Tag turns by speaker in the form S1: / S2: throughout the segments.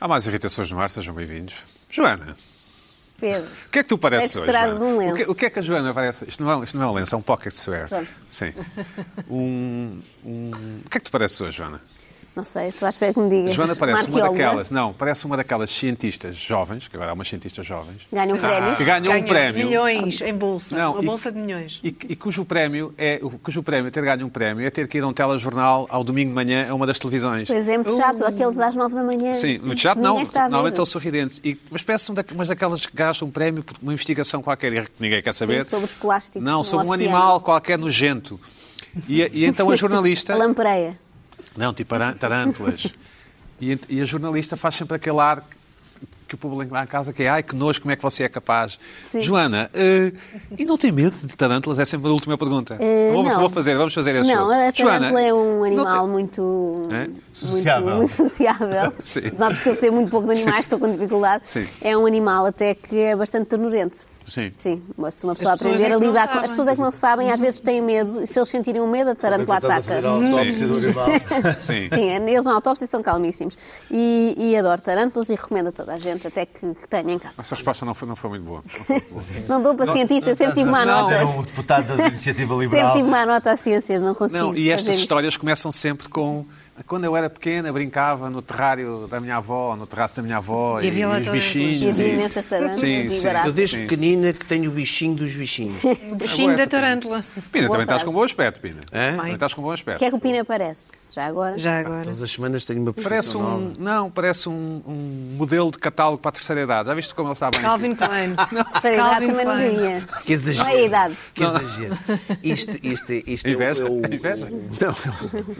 S1: Há mais irritações no ar, sejam bem-vindos. Joana,
S2: Pedro.
S1: o que é que tu pareces
S2: É que
S1: hoje?
S2: traz
S1: Joana?
S2: um
S1: O, que,
S2: lenço.
S1: o que é que a Joana parece? Isto não é, isto não é um lenço, é um pocket swear.
S2: Pronto.
S1: Sim. Um, um- O que é que tu pareces hoje, Joana?
S2: Não sei, estou à espera que me digas.
S1: Joana parece uma
S2: Arqueóloga.
S1: daquelas, não, parece uma daquelas cientistas jovens, que agora há umas cientistas jovens,
S2: Ganham prémios.
S1: que ganham um prémio.
S3: Milhões em bolsa.
S1: Não,
S3: uma
S1: e-
S3: bolsa de milhões.
S1: E, e cujo prémio é o- cujo prémio ter ganho um prémio é ter que ir a um telejornal ao domingo de manhã a uma das televisões.
S2: Pois é, muito
S3: Uh.
S2: chato. Aqueles às nove da manhã.
S1: Sim, no teatro não,
S2: Ninguém está a ver.
S1: normalmente estão sorridentes. E, mas parece um da, mas daquelas que gastam um prémio por uma investigação qualquer e é que ninguém quer saber.
S2: sobre os plásticos
S1: Não,
S2: no
S1: sobre um
S2: oceano.
S1: animal qualquer nojento. E, a- e então a
S2: A
S1: jornalista.
S2: lampreia.
S1: Não, tipo aran- tarântulas. E, ent- e a jornalista faz sempre aquele ar que o público lá em casa que é ai que nojo, como é que você é capaz?
S2: Sim.
S1: Joana, eh, e não tem medo de tarântulas? É sempre a última pergunta. Então
S2: Eh,
S1: vamos,
S2: não.
S1: vou fazer, vamos fazer esse
S2: Não,
S1: jogo.
S2: a tarântula
S1: Joana,
S2: é um
S1: não
S2: animal
S1: tem-
S2: muito,
S1: É?
S2: muito,
S4: Sociável.
S2: muito sociável.
S1: Sim.
S2: Nota-se que eu percebo muito pouco de animais, estou com dificuldade.
S1: Sim.
S2: É um animal até que é bastante ternurento.
S1: Sim.
S2: Sim, mas se uma pessoa
S3: As pessoas
S2: aprender
S3: é
S2: a
S3: que não
S2: lidar com.
S3: sabem. é
S2: As pessoas é que não sabem, às vezes têm medo, e se eles sentirem o medo, a tarântula
S4: Estás a
S2: ataca.
S4: fazer autópsia do animal.
S1: Sim.
S2: Sim, é, eles na autópsia são calmíssimos. E, e adoro tarântulas e recomendo a toda a gente, até que, que tenha em casa.
S1: Essa resposta não foi, não foi muito boa. Não foi muito boa.
S2: Não dou para cientista, eu sempre tive uma
S4: Não,
S1: é
S2: nota.
S4: Era um deputado da Iniciativa
S2: Sempre
S4: Liberal.
S2: tive uma nota a ciências, não consigo.
S1: Não, e
S2: fazer
S1: estas
S2: isto.
S1: histórias começam sempre com. Quando eu era pequena, brincava no terrário da minha avó, no terraço da minha avó,
S3: E
S1: e,
S3: havia lá
S1: os
S3: todas
S2: E
S1: bichinhos.
S2: havia imensas tarântulas
S1: Sim,
S2: e
S1: sim.
S2: baratas.
S5: Eu desde
S1: Sim.
S5: pequenina que tenho o bichinho dos bichinhos.
S1: um
S3: O bichinho
S1: essa
S3: da tarântula.
S1: Pina,
S2: Boa
S1: também estás
S2: frase.
S1: com bom aspecto, Pina.
S5: Hã?
S1: Também estás com bom aspecto.
S2: O que é que o Pina parece? Já agora?
S3: Já agora.
S5: Todas as semanas tenho uma
S1: Parece
S5: profissão
S1: um,
S5: nova.
S1: não, parece um, um modelo de catálogo para a terceira idade. Já viste como ele está bem?
S3: Calvin Klein.
S2: Terceira idade
S3: Calvin
S2: também não
S3: Klein.
S2: tinha.
S5: Que exagero.
S2: Não é a idade.
S5: Que exagero. Isto, isto, isto é o-
S1: Inveja?
S5: é o-
S1: Inveja?
S5: Não,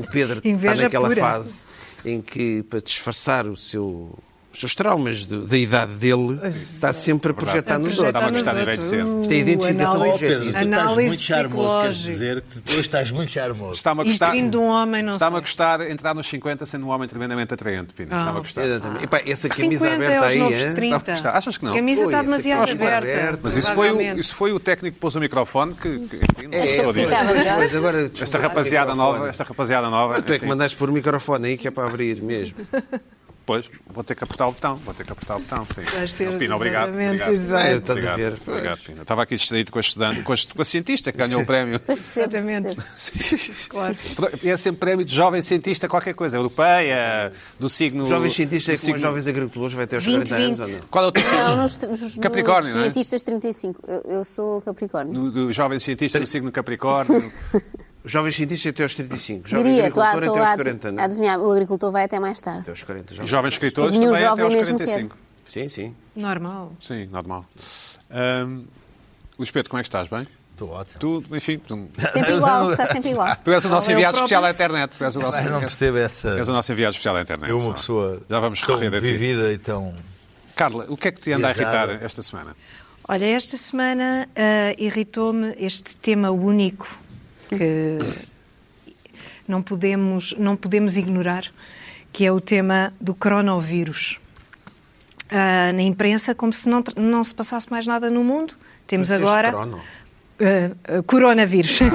S5: o Pedro
S3: Inveja
S5: está naquela
S3: pura.
S5: fase em que, para disfarçar o seu- os seus traumas do- da idade dele, está sempre a projetar nos
S3: Projetar
S1: Estava a
S3: nos
S5: outros.
S1: gostar de velho
S3: outros. Uh,
S1: cedo.
S5: Isto é a identificação
S3: análise-
S4: Oh,
S5: objetiva.
S4: Pedro, tu estás
S3: Análise
S4: muito charmoso, quer
S3: psicológica.
S4: dizer que tu estás muito charmoso.
S1: Está-me a
S3: Isto
S1: gostar.
S3: vindo de um homem, não
S1: Está-me a
S3: sei.
S1: gostar entrar nos 50 sendo um homem tremendamente atraente, Pina.
S3: Ah.
S1: Está-me a gostar.
S5: Exatamente. Epá, essa camisa
S3: 50 é
S5: aberta
S3: aos
S5: aí,
S3: novos
S5: hein?
S3: 30.
S1: Não, está- achas que não?
S3: A camisa
S5: Ui,
S3: está
S5: essa
S3: demasiado
S5: camisa está
S3: aberta.
S5: aberta.
S1: Mas isso foi, o,
S3: provavelmente.
S1: isso foi o técnico que pôs o microfone que. que enfim, não
S5: É,
S1: estou a dizer.
S2: ficava melhor.
S5: mas agora
S1: esta rapaziada nova, esta rapaziada nova.
S5: Tu é que
S1: enfim.
S5: mandaste por microfone aí que é para abrir mesmo.
S1: Pois, vou ter que apertar o botão, vou ter que apertar o botão. Sim.
S3: Vais ter-
S1: Não, Pina, obrigado.
S3: exatamente,
S1: obrigado.
S3: exato.
S5: Ah, estás a
S1: Obrigado,
S5: ver.
S1: Obrigado, Pina. Estava aqui distraído com a estudante, com a, com a cientista que ganhou o prémio.
S2: Percebo,
S3: Exatamente.
S2: percebo.
S3: Claro.
S1: É sempre prémio de jovem cientista qualquer coisa, europeia, do signo...
S5: Jovens cientistas
S1: do
S5: é como os jovens agricultores, vai até aos
S3: 20,
S5: 40 anos ou não?
S1: Qual é o teu signo?
S2: Não, nos, nos,
S1: Capricórnio,
S2: nos
S1: não é?
S2: cientistas 35. Eu, eu sou Capricórnio.
S1: Do, do jovem cientista do signo Capricórnio.
S5: Os jovens cientistas até aos 35, os jovens
S2: Diria, estou a,
S5: agricultores
S2: estou a
S5: até aos
S2: ad-
S5: 40, não
S2: a
S5: é?
S2: adivinhar. O agricultor vai até mais tarde.
S5: Até aos 40.
S1: E
S5: jovens.
S1: jovens escritores
S2: Nenhum
S1: também até
S2: jovem
S1: aos
S2: mesmo
S1: 45.
S5: Sim, sim.
S3: Normal.
S1: Sim, normal. Ahm, Luís Pedro, como é que estás? Bem?
S4: Estou ótimo.
S1: Tu, enfim, tu,
S2: Sempre igual, está sempre igual.
S1: tu és o nosso
S3: Não, eu
S1: enviado
S3: é próprio.
S1: especial à internet. Tu és o nosso,
S4: Eu Ah, não percebo essa.
S1: és o nosso enviado especial à internet.
S4: Eu, uma
S1: só.
S4: pessoa
S1: Já vamos
S4: tão
S1: recorrer a ti.
S4: vivida e tão.
S1: Carla, o que é que te anda a irritar
S4: Viajada.
S1: esta semana?
S3: Olha, esta semana ah, irritou-me este tema único que não podemos, não podemos ignorar, que é o tema do coronavírus. Ah, na imprensa, como se não, tr- não se passasse mais nada no mundo. Temos
S5: Mas disseste
S3: agora.
S5: crono.
S3: Ah, ah, coronavírus.
S5: Ah,
S2: Chega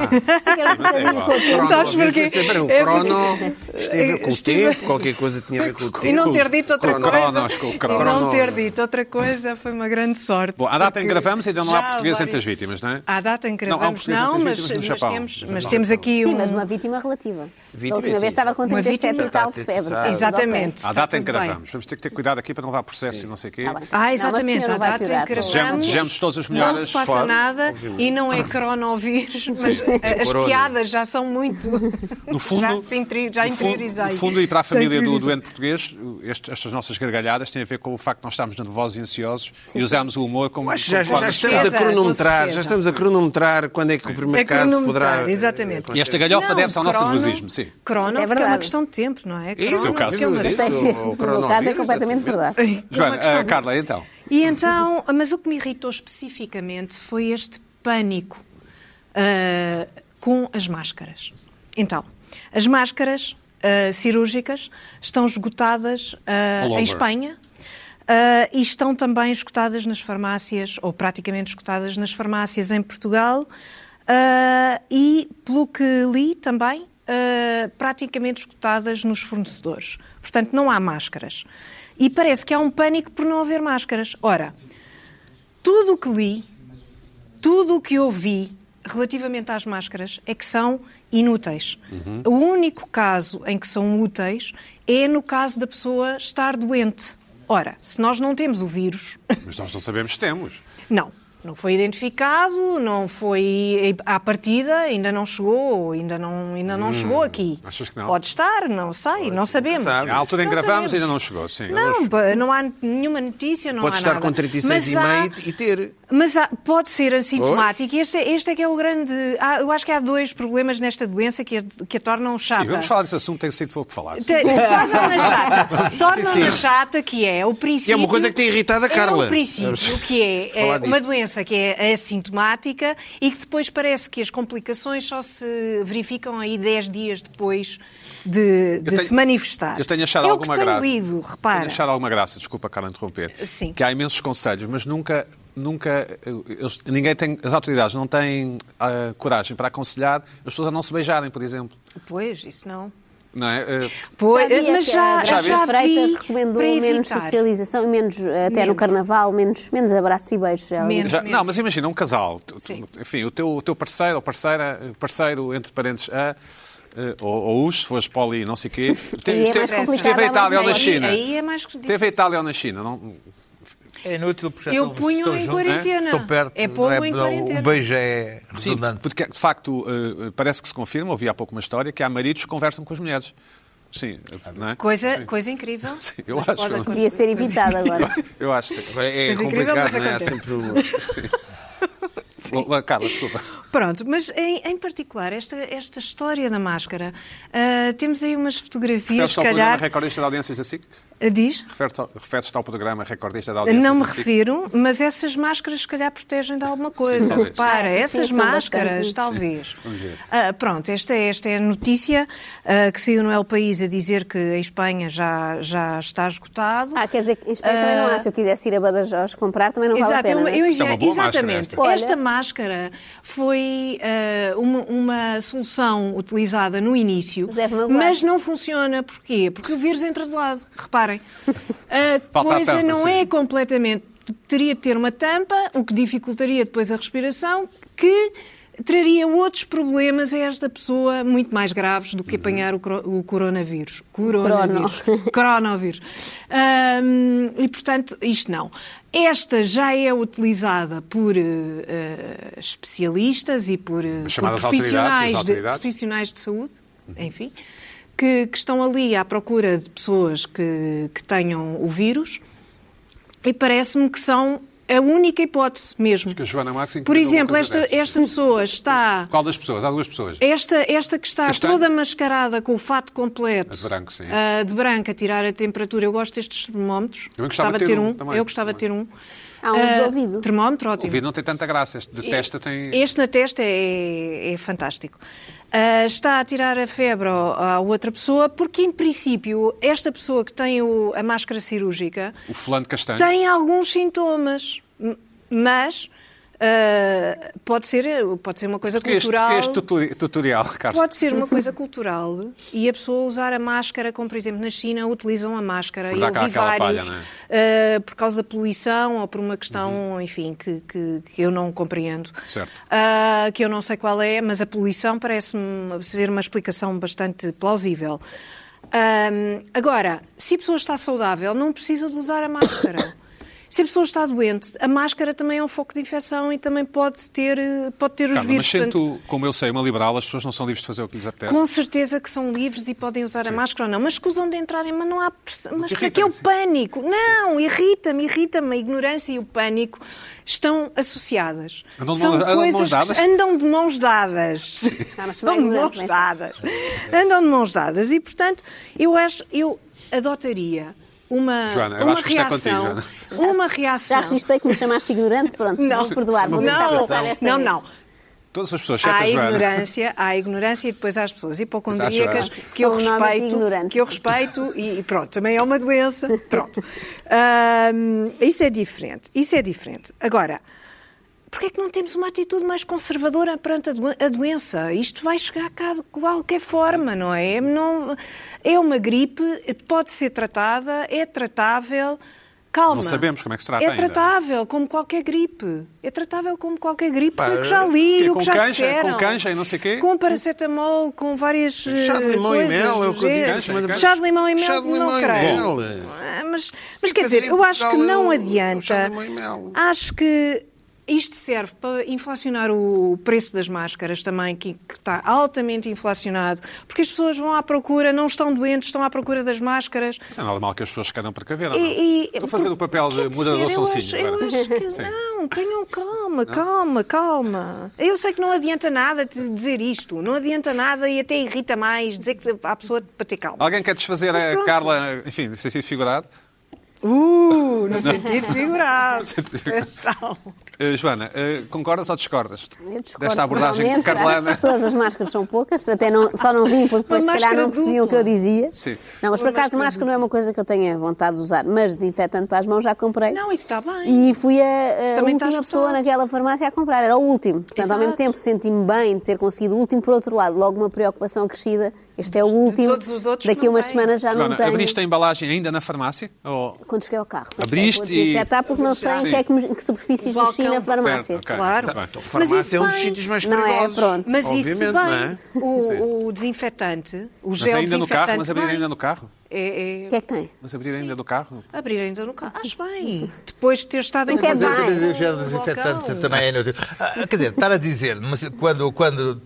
S2: um
S1: mas é
S2: bocadinho
S1: igual.
S2: com o tempo.
S3: Sabes porquê?
S5: Espera, o
S3: É
S5: crono esteve com o
S3: Estive-
S5: tempo, qualquer coisa tinha a ver com o tempo.
S3: E não ter dito outra
S1: Crono-
S3: coisa.
S1: Cronos, com o
S3: E
S1: Cronos.
S3: não ter dito outra coisa foi uma grande sorte.
S1: Bom, à data em que
S3: porque
S1: gravamos ainda não há
S3: já Ah,
S1: português
S3: vários-
S1: entre as vítimas, não é?
S3: À data em que
S1: Não, há um
S3: gravamos,
S1: português entre
S3: não,
S1: as
S3: mas,
S1: vítimas no
S3: mas
S1: Japão.
S3: temos,
S1: No
S3: mas
S1: Japão.
S3: temos
S2: Sim,
S3: aqui um.
S2: mas é uma vítima relativa.
S5: Vítima,
S2: a última
S5: sim.
S2: vez estava com
S3: Uma
S2: 37 e
S3: vítima.
S2: tal de febre.
S5: Ah,
S3: Exatamente.
S1: À
S3: Está
S1: data em que
S3: tudo bem.
S1: gravamos. Vamos ter que ter cuidado aqui para não levar processo e não sei o quê.
S2: Está bem. Não,
S3: Ah,
S2: mas
S3: exatamente.
S2: o senhor não
S3: à
S2: vai
S3: data
S2: piorar,
S3: em que
S2: não vai.
S3: gravamos.
S1: Desejamos todas as
S3: Não
S1: melhoras.
S3: se passa
S5: Claro,
S3: nada
S5: obviamente.
S3: e não é coronavírus, mas
S5: é
S3: as
S5: corona.
S3: piadas já são muito.
S1: No fundo,
S3: já, se interi- já
S1: no fundo-
S3: interiorizei.
S1: no fundo, e para a
S3: Já
S1: família do
S3: interiorizei.
S1: doente português, este- estas nossas gargalhadas têm a ver com o facto de nós estarmos nervosos e ansiosos e usarmos o humor como...
S5: Acho que já,
S1: como
S5: já
S1: forma-
S5: estamos a
S3: certeza, com
S5: cronometrar, já
S3: certeza.
S5: estamos a cronometrar quando é que o primeiro
S3: É
S5: caso
S3: cronometrar,
S5: poderá. eh,
S3: exatamente.
S1: E esta galhofa
S3: Não,
S1: deve-se ao nosso
S3: crono-
S1: nervosismo, sim.
S3: Crono,
S2: É
S3: porque é uma
S2: verdade.
S3: questão de tempo, não é?
S5: Isso,
S3: Crono,
S1: o um caso.
S3: porque é uma
S5: Isso,
S3: questão-
S2: No
S5: o- o
S2: caso é
S5: coronavírus,
S2: completamente verdade.
S3: É uma
S1: Joana,
S3: questão
S1: ah,
S3: de-
S1: Carla, então?
S3: E então, mas o que me irritou especificamente foi este pânico ah, com as máscaras. Então, as máscaras ah, cirúrgicas estão esgotadas ah,
S1: All over.
S3: em Espanha. ah, e estão também esgotadas nas farmácias, ou praticamente esgotadas nas farmácias em Portugal. ah, e, pelo que li também, ah, praticamente esgotadas nos fornecedores. Portanto, não há máscaras. E parece que há um pânico por não haver máscaras. Ora, tudo o que li, tudo o que ouvi relativamente às máscaras é que são inúteis. O único caso em que são úteis é no caso da pessoa estar doente. Ora, se nós não temos o vírus,
S1: Mas nós não sabemos se temos.
S3: não. Não foi identificado, não foi à partida, ainda não chegou, ainda não, ainda não chegou aqui.
S1: achas que não?
S3: Pode estar, não sei, não sabemos.
S5: sabe.
S1: À altura em que
S3: Não
S1: gravámos
S3: sabemos.
S1: ainda não chegou, sim.
S3: Não, pa- não há nenhuma notícia, não
S5: Pode
S3: há
S5: estar
S3: nada.
S5: com 36,5
S3: Mas
S5: e
S3: há-
S5: meio e ter.
S3: Mas há- pode ser assintomático. E Este, é- este é que é o grande. há- eu acho que há dois problemas nesta doença que a, que a tornam chata.
S1: Sim, vamos falar desse assunto, tem sido pouco falado.
S3: Te- Tornam-na chata.
S5: Sim,
S3: Tornam-na
S5: sim.
S3: chata, que é o princípio.
S5: coisa que tem irritado a Carla.
S3: É um princípio que é, é
S5: Falar
S3: uma
S5: disso.
S3: doença que é assintomática e que depois parece que as complicações só se verificam aí 10 dias depois de, de
S1: tenho-
S3: se manifestar.
S1: Eu tenho achado
S3: é o
S1: alguma
S3: que tenho
S1: graça.
S3: Lido, repara.
S1: Tenho achado alguma graça, desculpa, Carla, interromper.
S3: Sim.
S1: Que há imensos conselhos, mas nunca, nunca eles- ninguém tem, as autoridades não têm ah, coragem para aconselhar as pessoas a não se beijarem, por exemplo.
S3: Pois, isso não.
S1: Não é? Ah,
S3: Pois,
S2: já vi
S3: mas
S2: até
S3: já,
S2: a Graça
S3: já
S2: Freitas
S3: vi
S2: recomendou
S3: para
S2: menos
S3: evitar.
S2: socialização e menos, eh, até no
S3: Menos.
S2: carnaval, menos, menos abraços e beijos. ela
S3: Menos.
S2: disse.
S1: já-
S3: mesmo.
S1: não, mas imagina, um casal, tu- tu-
S3: Sim.
S1: enfim, o teu, o teu parceiro ou parceira, eh, parceiro, entre parentes, a. eh, ou, ou os, se fores poli, não sei o quê.
S2: Aí é mais complicado,
S1: esteve em
S2: há mais
S1: Itália ou na
S2: negócio.
S1: China.
S3: Aí é mais difícil.
S1: Esteve em Itália ou na China. Não,
S4: É inútil, porque já
S3: Eu
S4: estão-
S3: punho
S4: estão
S3: em
S4: juntos,
S3: quarentena.
S4: Estão perto.
S3: É
S4: não
S3: povo em
S4: não,
S3: quarentena.
S4: O beijo é
S1: Sim,
S4: redundante.
S1: porque de facto eh, parece que se confirma, ouvi há pouco uma história, que há maridos que conversam com as mulheres. Sim, não é?
S3: Coisa, coisa incrível.
S1: Sim, eu
S3: Mas
S1: acho.
S3: pode acontecer.
S2: Devia ser evitado agora.
S1: Eu acho sim.
S5: Agora é
S3: Mas incrível, mas
S5: complicado, não é? Há
S3: acontece.
S5: sempre o...
S1: Lo- lo- Carla, desculpa.
S3: Pronto, mas em, em particular, esta, esta história da máscara, ah, temos aí umas fotografias,
S1: Refere-se
S3: se
S1: ao programa
S3: calhar.
S1: recordista de audiências da SIC?
S3: Ah, Diz?
S1: Refere-te ao- Refere-se ao programa recordista de audiências
S3: Não me
S1: da SIC?
S3: refiro, mas essas máscaras, se calhar, protegem de alguma coisa.
S1: talvez.
S3: Repara,
S2: Ah, sim,
S3: essas
S2: são bastante
S3: máscaras,
S2: úteis.
S3: talvez.
S1: Vamos ver.
S3: Ah, pronto, esta é, esta é a notícia ah, que saiu no El País a dizer que a Espanha já, já está esgotado.
S2: Ah, quer dizer, que em Espanha também não há. Se eu quisesse ir a Badajoz comprar, também não vale a
S3: Ah. Exato,
S2: pena.
S3: eu-
S2: não é?
S3: eu
S1: Isto é uma boa máscara,
S3: exatamente.
S1: esta.
S2: Olha.
S3: Esta máscara foi ah, uma, uma solução utilizada no início,
S2: Mas é deve magoar.
S3: mas não funciona. Porquê? Porque o vírus entra de lado. Reparem, a
S1: Falta a
S3: coisa
S1: tampa,
S3: não
S1: sim.
S3: é completamente. Teria de ter uma tampa, o que dificultaria depois a respiração, que traria outros problemas a esta pessoa muito mais graves do que
S1: Uhum.
S3: apanhar o, cro- o coronavírus. Coronavírus. Coronavírus. Hum, e, portanto, isto não. Esta já é utilizada por eh, eh, especialistas e por, eh, por
S1: Chamadas
S3: profissionais,
S1: autoridades,
S3: de,
S1: autoridades.
S3: profissionais de saúde, enfim, que, que estão ali à procura de pessoas que, que tenham o vírus e parece-me que são a única hipótese mesmo.
S1: Que a Joana Marques
S3: Por
S1: encomendou
S3: exemplo,
S1: uma coisa
S3: esta,
S1: destas.
S3: esta pessoa está.
S1: Qual das pessoas? Há duas pessoas.
S3: Esta, esta que está
S1: Castanho?
S3: toda mascarada com o fato completo.
S1: A de branco, sim.
S3: ah, de branco, a tirar a temperatura. Eu gosto destes termómetros.
S1: Também gostava de ter um, também,
S3: Eu gostava de ter um.
S2: Há uns de
S3: Ah,
S2: ouvido.
S3: Termómetro,
S1: O
S3: ótimo.
S1: vídeo não tem tanta graça. Este
S3: É
S1: de testa tem...
S3: Este na testa é, é fantástico. Ah, está a tirar a febre ao- à outra pessoa, porque em princípio, esta pessoa que tem o- a máscara cirúrgica
S1: O fulano de castanho.
S3: tem alguns sintomas, m- mas ah, pode, ser, pode ser uma coisa
S1: Porque este,
S3: cultural.
S1: porque este tutori- tutorial, Ricardo.
S3: Pode ser uma coisa cultural e a pessoa usar a máscara, como por exemplo na China utilizam a máscara
S1: Por
S3: e
S1: dar
S3: eu vi
S1: cá aquela
S3: vários
S1: palha, não é?
S3: ah, por causa da poluição ou por uma questão, enfim, que, que, que eu não compreendo.
S1: Uhum. Certo.
S3: Ah, que eu não sei qual é, mas a poluição parece-me ser uma explicação bastante plausível. Ahm, agora, se a pessoa está saudável, não precisa de usar a máscara. Se a pessoa está doente, a máscara também é um foco de infecção e também pode ter, eh, pode ter os
S1: Carla, mas
S3: vírus.
S1: sendo
S3: portanto-
S1: tu, como eu sei, uma liberal, as pessoas não são livres de fazer o que lhes apetece.
S3: com certeza que são livres e podem usar a máscara ou não, mas escusam de entrarem, mas não há. press- Mas para que
S1: irrita-me,
S3: o
S1: sim.
S3: pânico? Não, irrita-me, irrita-me. A ignorância e o pânico estão associadas.
S1: Andam de
S3: são
S1: mãos- andam de
S3: coisas
S1: mãos dadas?
S3: que andam de mãos dadas.
S2: Ah, mas também
S3: Andam de
S2: não é
S3: mãos
S2: ignorante,
S3: dadas. Andam de mãos dadas. E, portanto, eu acho, eu adotaria uma,
S1: Joana, eu
S3: uma
S1: acho que isto é
S3: reação.
S1: contigo,
S2: Já-
S3: uma
S2: Já
S3: reação.
S2: registrei que me chamaste ignorante, pronto,
S3: Não.
S2: vou perdoar, vou deixar
S3: não,
S2: passar esta
S3: não,
S2: vez.
S3: não.
S1: Todas as pessoas, exceto
S3: Há
S1: a Joana.
S3: ignorância, há ignorância e depois há as pessoas hipocondríacas
S1: Exato,
S3: que eu
S2: São normalmente
S3: respeito,
S2: ignorantes.
S3: que eu respeito e, e pronto, também é uma doença, pronto. Ahm, isso é diferente, isso é diferente. Agora, Porquê é que não temos uma atitude mais conservadora perante a, doen- a doença? Isto vai chegar cá de qualquer forma, não é? Não, é uma gripe, pode ser tratada, é tratável. Calma.
S1: Não sabemos como é que se trata
S3: É
S1: ainda.
S3: tratável, como qualquer gripe. É tratável como qualquer gripe.
S5: Pá,
S3: Foi o que já li,
S1: que é
S3: o que
S1: com
S3: já
S1: canja-
S3: disseram.
S1: com canja e não sei quê?
S3: Com paracetamol, com várias eh,
S5: Chá de limão e
S3: coisas
S5: mel, é o
S3: do
S5: que eu
S3: género.
S5: disse, mas-
S3: Chá de limão e mel,
S5: Chá de limão
S3: não
S5: e
S3: creio.
S5: mel.
S3: Ah, Mas, mas quer
S5: Mas
S3: dizer,
S5: em
S3: eu acho que
S5: Portugal é
S3: não
S5: o- o chá de
S3: adianta.
S5: limão e mel.
S3: Acho que isto serve para inflacionar o preço das máscaras também, que, que está altamente inflacionado, porque as pessoas vão à procura, não estão doentes, estão à procura das máscaras.
S1: Não é nada mal que as pessoas se queiram precaver. ou não? é?
S3: E, é e-
S1: Estou a fazer o papel
S3: Quer
S1: de
S3: dizer,
S1: moderador
S3: eu acho-
S1: sonsinho. agora.
S3: Eu acho que
S1: Sim.
S3: não, tenham calma, calma, calma. Eu sei que não adianta nada te dizer isto, não adianta nada e até irrita mais dizer que a pessoa para ter calma.
S1: Alguém quer desfazer
S3: Mas
S1: a
S3: pronto.
S1: Carla, enfim, no sentido figurado?
S3: Uh, no sentido figurado. Atenção.
S1: Eh, Joana, eh, concordas ou discordas
S2: Eu discordo
S1: desta abordagem
S2: totalmente.
S1: carlana?
S2: Acho que Todas as máscaras são poucas, até não, só não vim porque depois, se
S3: Uma
S2: calhar
S3: máscara
S2: não percebiam o que eu
S3: dupla.
S2: dizia.
S1: Sim.
S2: Não, mas por acaso
S3: Uma máscara
S2: máscara não é uma coisa que eu tenha vontade de usar, mas desinfetante para as mãos já comprei.
S3: Não, isso está bem.
S2: E fui a, a última
S3: Também estás
S2: pessoa
S3: total.
S2: naquela farmácia a comprar, era o último. Portanto, ao mesmo
S3: Exato.
S2: tempo senti-me bem de ter conseguido o último, por outro lado, logo uma preocupação acrescida. Este é o último.
S3: todos os outros
S2: Daqui a
S3: não
S2: umas
S3: têm.
S2: semanas já
S1: Joana,
S2: não tenho.
S1: abriste a embalagem ainda na farmácia? Ou...
S2: Quando cheguei ao carro.
S1: Abriste
S2: Vou
S1: e-
S2: desinfetar porque não sei em que, é que, me- que
S3: O
S2: superfícies
S3: balcão.
S2: mexi na farmácia.
S1: Certo, ok.
S3: Claro.
S1: Tá bem.
S5: Então,
S3: Mas isso
S5: farmácia é um dos
S3: bem.
S5: sítios mais
S2: Não é,
S5: perigosos.
S2: pronto.
S3: Mas isso
S5: Obviamente,
S3: bem,
S5: não é?
S3: o, o desinfetante, o
S1: Mas
S3: gel
S1: ainda no carro?
S3: desinfetante
S1: Mas abrir
S3: bem.
S1: ainda no carro?
S3: É, é-
S2: O que é que tem?
S1: Mas abrir ainda no carro? é
S3: Abrir ainda no carro. Acho bem. Depois de ter estado em
S2: Não quer
S3: casa.
S2: mais.
S6: O
S3: um
S6: gel desinfetante também é inútil. Ah, Quer dizer, estar a dizer, numa se- quando. quando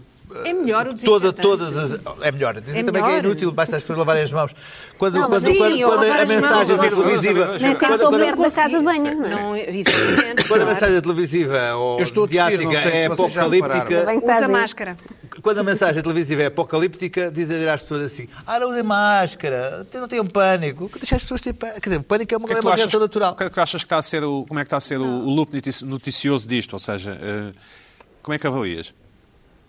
S3: É melhor o
S6: Toda,
S3: desinfetante.
S6: todas as. É melhor. Dizer
S3: É
S6: também
S3: melhor.
S6: que é inútil, basta as pessoas lavarem as mãos. Quando,
S2: Não, mas
S6: quando,
S2: sim,
S6: quando,
S3: ou
S6: quando
S3: lavar
S6: a
S3: as
S6: mensagem
S3: mãos, ou-
S6: televisiva.
S2: Nem sempre
S6: quando-
S2: estou
S6: quando-
S2: perto da casa de banho, não é?
S3: Não, exatamente,
S6: Quando a
S3: claro.
S6: mensagem televisiva ou
S5: Eu estou a tossir,
S6: mediática
S5: não sei se
S6: é
S5: vocês já repararam.
S6: apocalíptica,
S2: Bem que
S3: Usa
S2: estás aí.
S3: máscara.
S6: Quando a mensagem televisiva é apocalíptica, dizem às pessoas assim: ah, não usem máscara, não tenham pânico. Deixar as pessoas terem pânico. Quer dizer, o pânico é uma,
S1: O que é
S6: é
S1: que tu
S6: uma
S1: achas,
S6: reação
S1: o
S6: natural.
S1: que é que tu achas que está a ser o, como é que está a ser o, o loop notici- noticioso disto? Ou seja, eh, como é que avalias?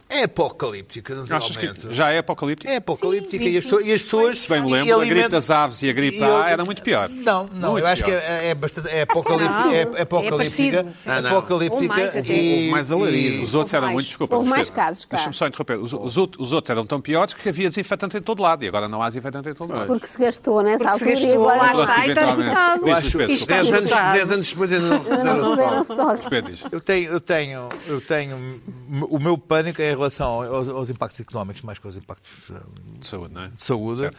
S6: É apocalíptica,
S1: Achas
S6: naturalmente.
S1: que já é apocalíptico?
S6: É apocalíptica
S3: Sim,
S6: e as pessoas. E as pessoas
S1: Se bem me lembro,
S6: e
S1: a
S6: alimenta-
S1: gripe das aves e a gripe A
S6: ali-
S1: era muito pior.
S6: Não, não,
S1: Muito
S6: eu acho
S1: pior.
S6: que é, é bastante. É
S2: não.
S6: apocalíptica. É,
S2: É
S6: apocalíptica.
S3: parecido.
S5: Não, não.
S3: Ou
S6: apocalíptica.
S3: mais até.
S5: Houve
S6: e,
S5: mais alarido.
S1: Os outros
S3: Houve
S1: eram
S3: mais.
S1: muito, desculpa.
S2: Houve mais
S1: Pedro.
S2: casos, claro.
S1: Deixa-me só interromper. Os, os outros, os outros eram tão piores que havia desinfetante em todo lado e agora não há desinfetante em todo lado.
S2: Porque se gastou nessa
S3: Porque se
S2: altura e
S3: gastou,
S2: agora
S3: lá
S2: não. então,
S3: está, então, e está
S1: Eventualmente.
S3: esgotado.
S1: Eu acho-
S3: E está
S5: Dez anos,
S3: esgotado.
S5: dez anos depois ainda não
S3: então,
S2: Não
S5: fizeram
S2: puseram
S5: stock.
S2: stock.
S1: Pedro diz.
S6: Eu tenho, eu tenho, eu tenho m- o meu pânico é em relação aos, aos impactos económicos, mais que aos impactos eh,
S1: De saúde, não é?
S6: de saúde,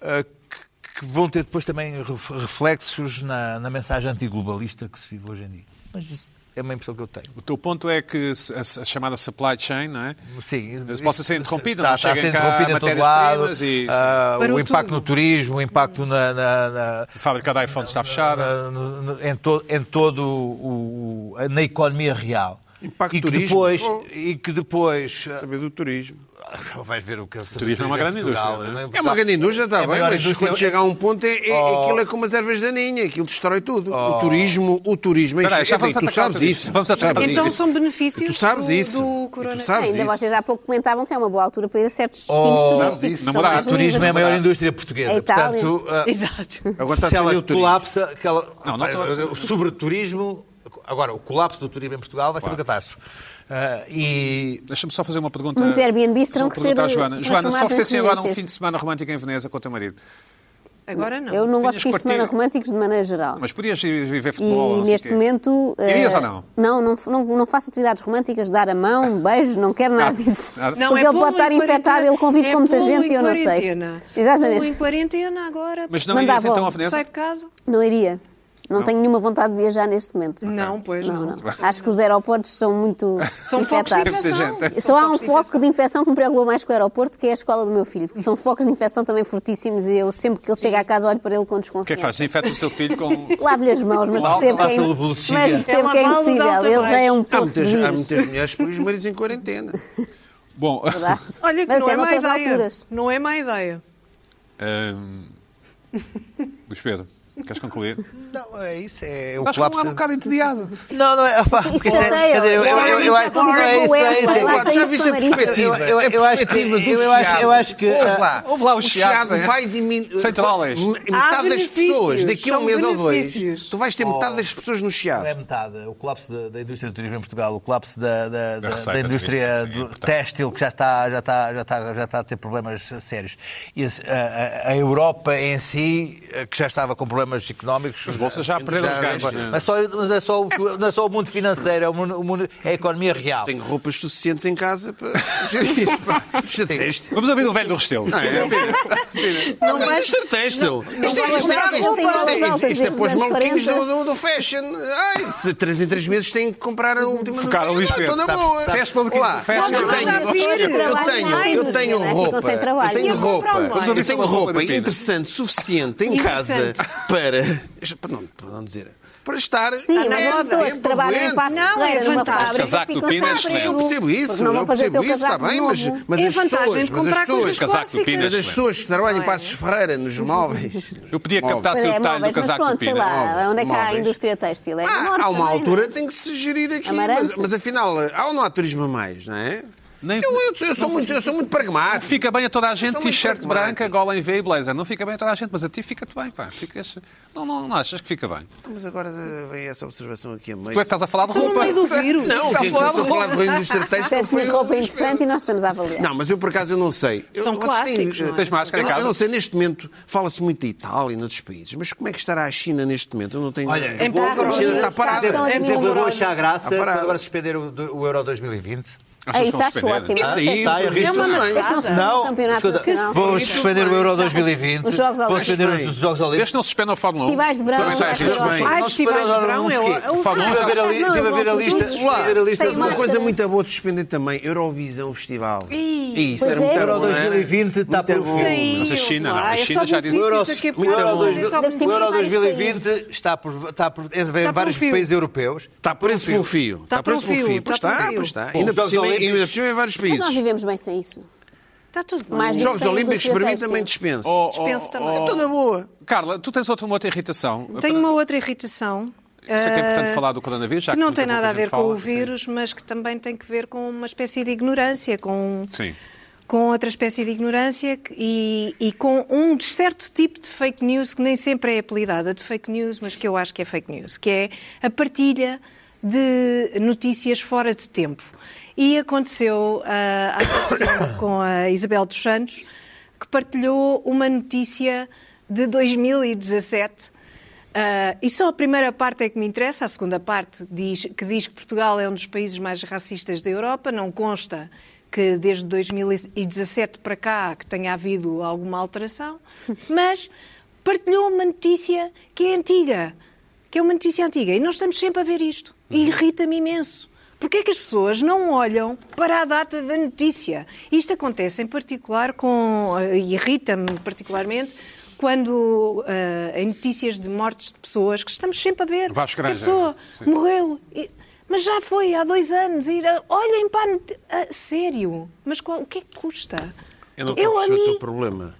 S6: eh, que, que vão ter depois também ref- reflexos na, na mensagem antiglobalista que se vive hoje em dia. Mas isso é uma impressão que eu tenho.
S1: O teu ponto é que se- a, a chamada supply chain, não é?
S6: Sim, isso-
S1: possa ser interrompida,
S6: está,
S1: não
S6: está a
S1: chega
S6: ser
S1: cá
S6: interrompida em todo lado.
S1: matérias-primas e-
S6: ah,
S3: Para
S6: o
S3: o
S6: impacto
S3: tudo.
S6: no turismo, o impacto na- na- na,
S1: A fábrica da iPhone está fechada.
S6: na- no- no- em, to- em todo o, o- na economia real.
S5: Impacto
S6: e que
S5: turismo.
S6: depois
S5: Oh.
S6: E que depois.
S5: Saber do turismo.
S6: ah, Vais ver o que é o
S1: turismo é uma grande indústria, tá não
S5: É uma grande indústria, está
S6: É a
S5: bem,
S6: maior
S5: mas
S6: indústria-
S5: quando chega a um ponto, é, é-
S6: Oh.
S5: aquilo é como as ervas daninha, aquilo destrói tudo. O turismo, o turismo é
S1: Oh. Espera aí, já vamos
S5: Tu
S1: atacar o
S5: sabes
S1: turismo.
S5: isso.
S1: Vamos atacar
S5: Sabes
S1: o
S3: Então
S5: isso.
S3: são benefícios
S5: Tu sabes
S3: do,
S5: isso.
S3: do
S5: E tu
S3: coronavírus.
S5: sabes
S2: Ainda
S5: isso.
S2: vocês há pouco comentavam que é uma boa altura para ir a certos destinos
S6: Oh,
S2: turísticos.
S1: não mudar.
S2: que estão mais
S6: Turismo é a
S2: livres.
S6: maior indústria portuguesa.
S2: A Itália.
S6: Portanto, ah,
S3: Exato.
S5: Agora está a
S6: se
S5: defender
S6: ela
S5: o turismo.
S6: colapsa, que ela-
S1: Não, não estou-
S6: Ah,
S1: estou-
S6: sobre o turismo, agora o colapso do turismo em Portugal vai ser uma catástrofe. Ah, e
S1: Deixa-me só fazer uma pergunta.
S2: Muitos Airbnbs terão
S1: Só
S2: que
S1: perguntar à
S2: ser,
S1: Joana. Joana, se
S2: transformados em
S1: oferecessem agora um
S2: residências.
S1: fim de semana romântico em Veneza com o teu marido,
S3: Agora não.
S2: Eu não
S1: Tinhas
S2: gosto de fins de semana
S1: partido.
S2: românticos de maneira geral.
S1: mas podias ir viver futebol?
S2: E
S1: não sei o
S2: neste
S1: quê.
S2: momento. eh,
S1: Irias ou não?
S2: Não, não, não, não faço atividades românticas, dar a mão, um beijo, não quero
S1: Ah,
S2: nada disso.
S1: nada.
S3: Não,
S2: Porque
S3: é
S2: ele
S3: pulo
S2: pode estar
S3: em
S2: infectado,
S3: quarentena.
S2: ele convive
S3: É
S2: com muita
S3: pulo em
S2: gente e eu não sei.
S3: quarentena. Pulo em
S2: Exatamente.
S3: quarentena agora.
S1: Mas não
S2: Mandava
S1: irias então
S2: logo.
S1: à Veneza?
S3: Sai de casa?
S2: Não iria. Não, tenho nenhuma vontade de viajar neste momento.
S3: Não, pois
S2: Não,
S3: não.
S2: não. Acho que os aeroportos são muito
S3: São focos de
S2: infectados.
S1: Deve ter
S3: infecção.
S1: gente.
S2: Só
S3: São
S2: há um
S3: focos de infecção.
S2: foco de infecção que me preocupa mais com o aeroporto, que é a escola do meu filho, porque são focos de infecção também fortíssimos e eu sempre que ele chega à casa olho para ele com
S1: O que é que
S2: desconfiança.
S1: fazes? Infetas o teu filho com.
S2: Lavo-lhe as mãos, mas
S1: Lava-
S2: percebo que é,
S6: lava-lhe
S2: im-
S6: o bolsinho.
S2: mas
S3: É
S2: percebo
S3: uma
S2: que é
S3: válvula de
S2: impossível.
S3: alta
S2: Ele já é um
S5: Há
S2: poço de
S5: muitas, há
S2: vírus.
S5: muitas mulheres que põem os maridos em quarentena.
S1: Bom.
S2: Verdade.
S3: Olha que
S2: Mas
S3: não
S2: até
S3: é má
S2: noutras
S3: ideia.
S2: alturas.
S3: Não é má ideia.
S1: Hum, ehm, Luís Pedro, Queres concluir?
S4: Não, é isso. É o
S1: Estás com um ar um
S4: colapso-
S1: bocado entediado.
S4: Não, não é. Opa, porque
S2: Isso eu sei,
S4: quer dizer, eu- eu-
S2: eu-
S4: eu- eu acho-
S2: eu-
S4: não, é isso, é isso, é
S2: eu-
S4: isso.
S2: eu-
S1: já viste a
S2: eu- eu-
S1: perspectiva.
S4: eu- eu- eu acho que- eu- eu acho- eu acho que,
S5: É Ouve
S4: ah,
S5: lá,
S1: ouve lá o chiado, é?
S5: vai diminuir.
S1: Sem trolas.
S5: Metade das
S3: benefícios,
S5: pessoas, daqui a um
S3: são
S5: mês ou dois,
S3: benefícios.
S5: tu vais ter
S1: Oh.
S5: metade das pessoas no chiado.
S4: Não é metade. O colapso da, da indústria do turismo em Portugal, o colapso da, da, da-
S1: receita
S4: da indústria
S1: turística, sim,
S4: do
S1: portanto.
S4: têxtil, que já está, já, está, já, está, já está a ter problemas sérios. E esse- a, a- a Europa em si, eh, que já estava com problemas económicos. As
S1: bolsas já perderam os ganhos, né?
S4: Mas, só, mas é só, o- não é só o mundo financeiro, é, o mundo, o mundo- é a economia real.
S5: Tenho roupas suficientes em casa para gerir. é Estratégia.
S1: Vamos ouvir o velho do Restelo.
S5: Não vais... Isto é têxtil. Isto é-
S2: vais
S5: isto é-
S2: comprar
S5: isto é-
S2: roupa
S5: isto é-
S2: às altas
S5: Isto é para os
S2: dos anos
S5: maluquinhos do,
S2: 40.
S5: do, do fashion. Ai, de 3 em 3 meses têm que comprar a última...
S1: Focar
S5: do-
S1: ali
S5: Ah, Estou na
S1: dentro,
S5: boa.
S1: sabes? Se és maluquinho
S5: Olá,
S1: do fashion,
S5: eu tenho-
S3: nada a ver,
S5: Eu
S2: trabalho
S5: tenho,
S2: mais,
S5: eu tenho
S2: ficam
S5: roupa,
S2: sem trabalho.
S5: eu tenho
S2: Iam
S5: roupa,
S3: comprar online.
S5: eu tenho
S1: Vamos ouvir sobre a roupa
S5: roupa
S1: do Pina.
S5: interessante suficiente em casa para, para não, para não dizer, para estar
S2: Sim, mas
S5: neste
S2: as pessoas
S5: tempo
S2: que trabalham em
S5: doente.
S2: passo
S3: Não,
S2: Ferreira
S3: é
S2: numa
S3: vantagem.
S2: fábrica
S1: Casaco do
S2: ficam
S1: Pina é
S2: sem
S1: excelente.
S5: Eu
S2: abrigo,
S5: percebo isso,
S2: porque não
S5: eu
S2: vão fazer
S5: percebo
S2: teu
S5: isso, está
S2: casaco
S5: bem, mas,
S2: novo.
S5: mas
S3: é
S5: as
S3: vantagem
S5: pessoas,
S3: de
S5: mas as
S3: comprar coisas
S5: pessoas,
S1: Casaco do
S3: clássicas.
S1: Pina,
S5: mas as
S1: excelente.
S5: pessoas que trabalham em
S3: Não é?
S5: Passos Ferreira, nos móveis,
S1: Eu podia
S5: Móveis.
S1: captar-se o
S2: Pois é,
S1: detalhe do
S2: móveis, mas
S1: casaco do
S2: pronto, sei
S1: Pina.
S2: lá, onde é que há a
S5: Móveis.
S2: indústria têxtil? É no
S5: Ah,
S2: norte
S5: há uma
S2: também,
S5: altura
S2: não é?
S5: que tem que se gerir aqui,
S2: Amarante.
S5: mas, mas afinal, há ou não há turismo a mais, não é?
S1: Nem-
S5: eu, eu- eu sou muito, eu sou muito pragmático.
S1: Fica bem a toda a gente,
S5: São muito
S1: t-shirt
S5: pragmáticos.
S1: branca, gola em V e blazer. Não fica bem a toda a gente, mas a ti fica-te bem, pá. Ficas... Não, não, não achas que fica bem. Tu
S5: Mas agora vem essa observação aqui a meio.
S1: é que estás a falar de
S3: Estou no
S1: roupa.
S3: meio do vírus.
S5: Não,
S1: Está
S5: que
S1: a falar
S5: estou a
S1: de
S5: falar da indústria têxtil.
S2: Disseste
S5: foi-
S2: uma é roupa interessante e nós estamos a avaliar.
S5: Não, mas eu por acaso eu não sei. Eu,
S3: São
S5: vocês têm-
S3: clássicos, não é?
S1: Tens máscara
S5: eu,
S1: em
S5: não- eu não
S1: casa?
S5: sei, neste momento fala-se muito da Itália e noutros países, mas como é que estará a China neste momento? Eu não tenho.
S4: Olha,
S5: a
S4: em
S5: China
S2: Paris,
S5: está
S2: está
S5: parada.
S2: a
S4: Por exemplo, eu vou achar graça
S5: Está
S4: quando
S5: parado.
S4: agora suspenderam o, o Euro 2020.
S1: Achas que
S2: É isso
S1: vão
S2: acho
S1: suspender?
S2: ótimo.
S5: Isso aí,
S4: Está,
S5: por
S4: é
S5: isso
S2: uma
S5: também.
S2: maçã. Não se dá um campeonato nacional.
S4: vão
S5: Sim.
S4: suspender o Euro 2020.
S2: Os Jogos
S4: Vão
S2: Olímpicos.
S4: suspender os, os Jogos
S1: Desde
S4: Olímpicos.
S1: que não suspenda a Fórmula 1.
S2: Festivais de verão,
S1: Também
S5: festivais
S1: achas
S5: de verão.
S1: bem.
S5: Ah,
S3: Ai,
S4: Não
S3: festivais de
S4: superou
S3: verão é
S4: o- o-
S3: o-
S1: o- Fala-me
S3: o-
S1: lá.
S4: Estive a ver a, li-
S2: Não,
S4: estive a
S2: eles
S4: ver a
S2: vão
S4: lista.
S2: todos.
S4: Estive a ver a lista.
S2: Tem
S5: Uma
S2: máscara.
S5: coisa muito boa de suspender também, Eurovisão Festival.
S3: Ih,
S5: Isso
S2: Pois
S5: era
S2: é.
S5: muito
S2: Euro
S5: bom, não era?
S4: 2020 está
S5: Muito
S4: por
S5: bom.
S3: Sim,
S1: Mas a China, não.
S3: lá,
S1: A
S3: é
S1: China
S3: só
S1: já disse-
S4: O Euro,
S3: benefícios aqui a
S4: o Euro
S3: Portugal,
S4: dois-
S3: é só
S4: o
S2: Deve ser
S4: Euro
S2: em vários
S4: 2020 está por, está por, é, vem
S3: Está
S4: vários
S3: por um fio.
S4: países europeus.
S5: Está preso por um fio.
S3: Está por um fio,
S5: Pois
S3: está por um
S5: está,
S3: fio.
S5: pois está.
S4: Bom,
S5: Ainda por
S4: Jogos
S5: cima
S4: Olímpicos.
S5: ainda por cima em vários
S2: Mas nós
S5: países.
S2: vivemos bem sem isso.
S3: Está tudo bem.
S2: Mais
S5: Os Jogos
S2: Sem
S5: Olímpicos
S2: indústria
S5: para mim
S2: têxtil.
S5: também dispenso.
S1: Oh, oh,
S3: Dispenso também.
S1: oh.
S5: É toda boa.
S1: Carla, tu tens outra, uma outra irritação.
S3: Então, Tenho uma outra irritação.
S1: Sei que é importante
S3: eh,
S1: falar do coronavírus, já
S3: que
S1: que
S3: não
S1: muita
S3: tem nada
S1: pouca
S3: a ver
S1: gente fala,
S3: com o
S1: sim.
S3: vírus, mas que também tem que ver com uma espécie de ignorância, com,
S1: Sim.
S3: com outra espécie de ignorância que- e, e com um certo tipo de fake news que nem sempre é apelidada de fake news, mas que eu acho que é fake news, que é a partilha de notícias fora de tempo. E aconteceu ah, há pouco tempo com a Isabel dos Santos, que partilhou uma notícia de 2017 ah, e só a primeira parte é que me interessa, a segunda parte diz, que diz que Portugal é um dos países mais racistas da Europa, não consta que desde 2017 para cá que tenha havido alguma alteração, mas partilhou uma notícia que é antiga, que é uma notícia antiga, e nós estamos sempre a ver isto, e irrita-me imenso. Porquê é que as pessoas não olham para a data da notícia? Isto acontece em particular com, eh, irrita-me particularmente, quando eh, em notícias de mortes de pessoas, que estamos sempre a ver,
S1: Vasco
S3: que a
S1: Granja,
S3: pessoa
S1: sim.
S3: morreu, e- mas já foi há dois anos, e, ah, olhem para a noti- ah, sério, mas qual- o que é que custa?
S5: Eu não estou a
S3: a
S5: perceber o teu
S3: mim,
S5: problema.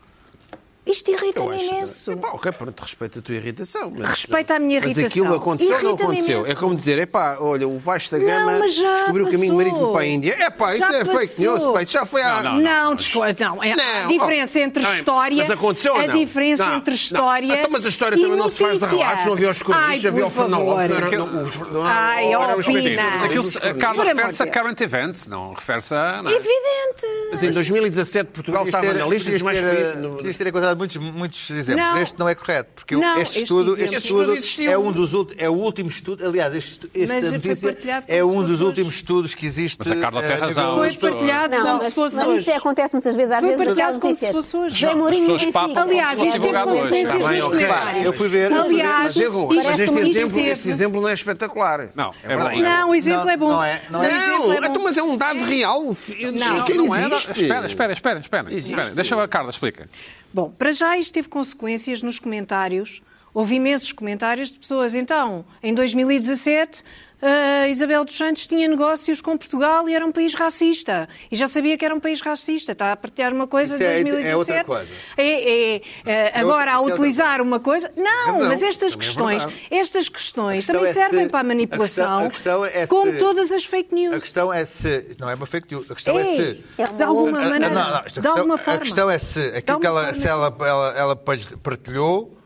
S3: isto
S5: Eu
S3: irrita-me
S5: acho- é
S3: imenso.
S5: Epá, ok, pronto, respeito a tua irritação. Mas,
S3: Respeito à minha
S5: Mas
S3: irritação.
S5: aquilo aconteceu ou não
S3: Irrita-me
S5: aconteceu?
S3: imenso.
S5: É como dizer, epá, olha, o Vasco da
S3: Não,
S5: Gama
S3: mas já
S5: descobriu o caminho
S3: passou.
S5: marítimo para a Índia. Epá, isso
S3: Já
S5: é fake
S3: passou.
S5: news, pá, isso já foi há...
S1: Não,
S3: Não, desculpa, não. É- A
S5: Não,
S3: diferença
S5: oh,
S3: entre
S5: não é-
S3: história.
S5: mas aconteceu ou
S3: A
S5: não?
S3: diferença
S5: Não,
S3: entre
S5: não.
S3: história.
S5: Então, mas a história
S3: e
S5: também não se faz de
S3: notícia.
S5: relatos, não havia os correios,
S3: Ai,
S5: havia
S3: por
S5: o jornal,
S3: favor.
S5: não era- não, os- não,
S3: Ai, oh,
S5: não eram os
S3: opina.
S5: correios,
S1: Mas
S5: não eram
S1: aquilo,
S5: os
S1: a
S5: correios.
S1: Carla
S3: Por amor
S1: refere-se a
S3: de Deus.
S1: current events, não refere-se a... não é?
S3: Evidente.
S5: Mas em 2017 Portugal
S4: Podias
S5: estava
S4: ter-
S5: na lista dos
S4: podias
S5: mais
S4: ter,
S5: perigo-
S4: eh,
S5: no-
S4: Podias ter encontrado muitos, muitos exemplos.
S3: Não.
S4: Este não é correto, porque
S3: Não,
S4: este
S3: este
S4: estudo,
S3: exemplo.
S4: este
S5: Este estudo
S4: estudo
S5: existiu.
S4: é um dos últimos, é o último estudo, aliás, este, estu- esta
S3: Mas foi
S4: notícia
S3: partilhado como
S4: é
S3: se
S4: um
S3: fosse
S4: dos
S3: hoje.
S4: últimos estudos que existe.
S1: Mas a Carla
S4: eh,
S1: tem
S4: a nível
S1: razão.
S3: Foi
S1: as pessoas.
S3: partilhado
S2: Não,
S3: como se
S2: mas,
S3: fosse
S2: mas
S3: hoje.
S2: isso acontece muitas vezes. Às
S3: Foi
S2: vezes
S3: partilhado
S2: as
S3: como se
S2: notícias.
S3: fosse hoje.
S2: Zé
S1: Não,
S2: Mourinho
S1: as pessoas
S2: ninguém
S1: papam.
S2: fica.
S3: Aliás,
S1: Como se
S2: Às
S1: fosse
S2: vezes
S1: divulgado hoje.
S2: consequências
S5: Está bem,
S2: nos
S5: ok.
S2: comentários.
S4: Eu fui ver. eu fui ver-
S3: Aliás,
S5: Mas eu-
S3: Parece
S5: mas este
S3: uma
S5: exemplo,
S3: iniciativa.
S5: este exemplo não é espetacular.
S1: Não, é
S5: verdade.
S1: bom, é
S3: Não, o exemplo
S4: Não,
S3: é bom.
S4: não é- não
S3: O
S4: é.
S3: exemplo
S5: Não,
S3: é bom.
S5: então, mas é um dado real. Eu
S3: Não,
S5: não,
S1: Não era-
S5: existe.
S1: Espera, espera, espera. espera, espera.
S5: Existe.
S1: Deixa a Carla, explica.
S3: Bom, para já isto teve consequências nos comentários. Houve imensos comentários de pessoas. Então, em 2017, ah, Isabel dos Santos tinha negócios com Portugal e era um país racista. E já sabia que era um país racista. Está a partilhar uma coisa
S6: Isso
S3: de
S6: é- é
S3: 2017.
S6: outra coisa.
S3: É, é, é,
S6: é
S3: agora, a
S6: outra- isso é outra
S3: utilizar uma coisa... Não,
S5: razão,
S3: mas estas
S5: também é
S3: questões,
S5: verdade.
S3: estas questões
S6: questão
S3: também
S6: é
S3: servem
S6: se-
S3: para a manipulação,
S6: a questão- a questão é
S3: como
S6: se-
S3: todas as fake news.
S6: A questão é se. Não é uma fake news. A questão é,
S3: Ei,
S6: se.
S2: É
S3: de
S2: uma
S3: alguma
S2: outra-
S3: maneira,
S6: Não, não, isto é
S3: de alguma
S6: questão-
S3: forma.
S6: A questão é se
S3: De
S6: aquilo
S3: alguma
S6: que ela,
S3: forma,
S6: se ela, ela, ela par- partilhou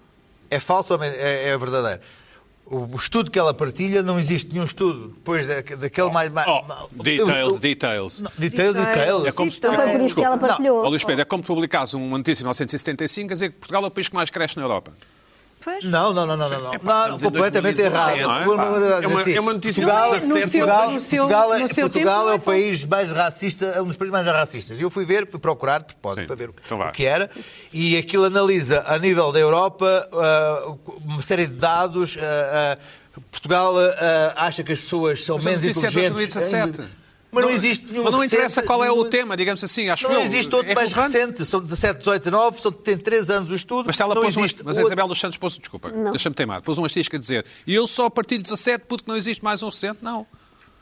S6: é falso ou é, é verdadeiro. O o estudo que ela partilha não existe nenhum estudo. Depois da- daquele mais. mais-
S1: Oh, details,
S6: Eu-
S1: details.
S4: Não, Detail, detail.
S1: É como se-
S3: Então
S2: Não foi por isso que ela partilhou.
S1: Ó, Luís Pedro, é como publicares uma notícia em 1975 a dizer que Portugal é o país que mais cresce na Europa.
S3: Pois.
S6: Não, não, não, não, não. não.
S5: É pá,
S6: não
S5: estamos em
S6: completamente errado.
S5: 2017, não é, pá? É uma- é uma notícia
S6: Portugal,
S5: que está
S6: Portugal,
S5: certo,
S6: Portugal,
S3: no seu-
S6: Portugal é-
S3: no seu
S6: Portugal
S3: tempo,
S6: é
S3: não é
S6: o país mais racista, é um dos países mais racistas. E Eu fui ver, fui procurar de propósito
S1: Sim.
S6: para ver o-
S1: Então vá.
S6: o que era. E aquilo analisa, a nível da Europa, ah, uma série de dados. ah, ah, Portugal ah, acha que as pessoas são
S1: Mas a
S6: menos
S1: notícia é de
S6: inteligentes.
S1: 2017.
S6: Mas não, existe nenhum
S1: Mas não interessa
S6: recente-
S1: qual é o
S6: nenhum-
S1: tema, digamos assim, acho eu.
S6: não existe outro
S1: É
S6: mais
S1: relevante.
S6: recente. São 17, 18, 19, são, tem 3 anos o estudo.
S1: Mas, ela
S6: não
S1: pôs um,
S6: existe
S1: mas a
S6: outro-
S1: Isabel dos Santos pôs, um, desculpa, deixa-me teimar, pôs um asterisco a dizer e eu só partilho 17 porque não existe mais um recente, não.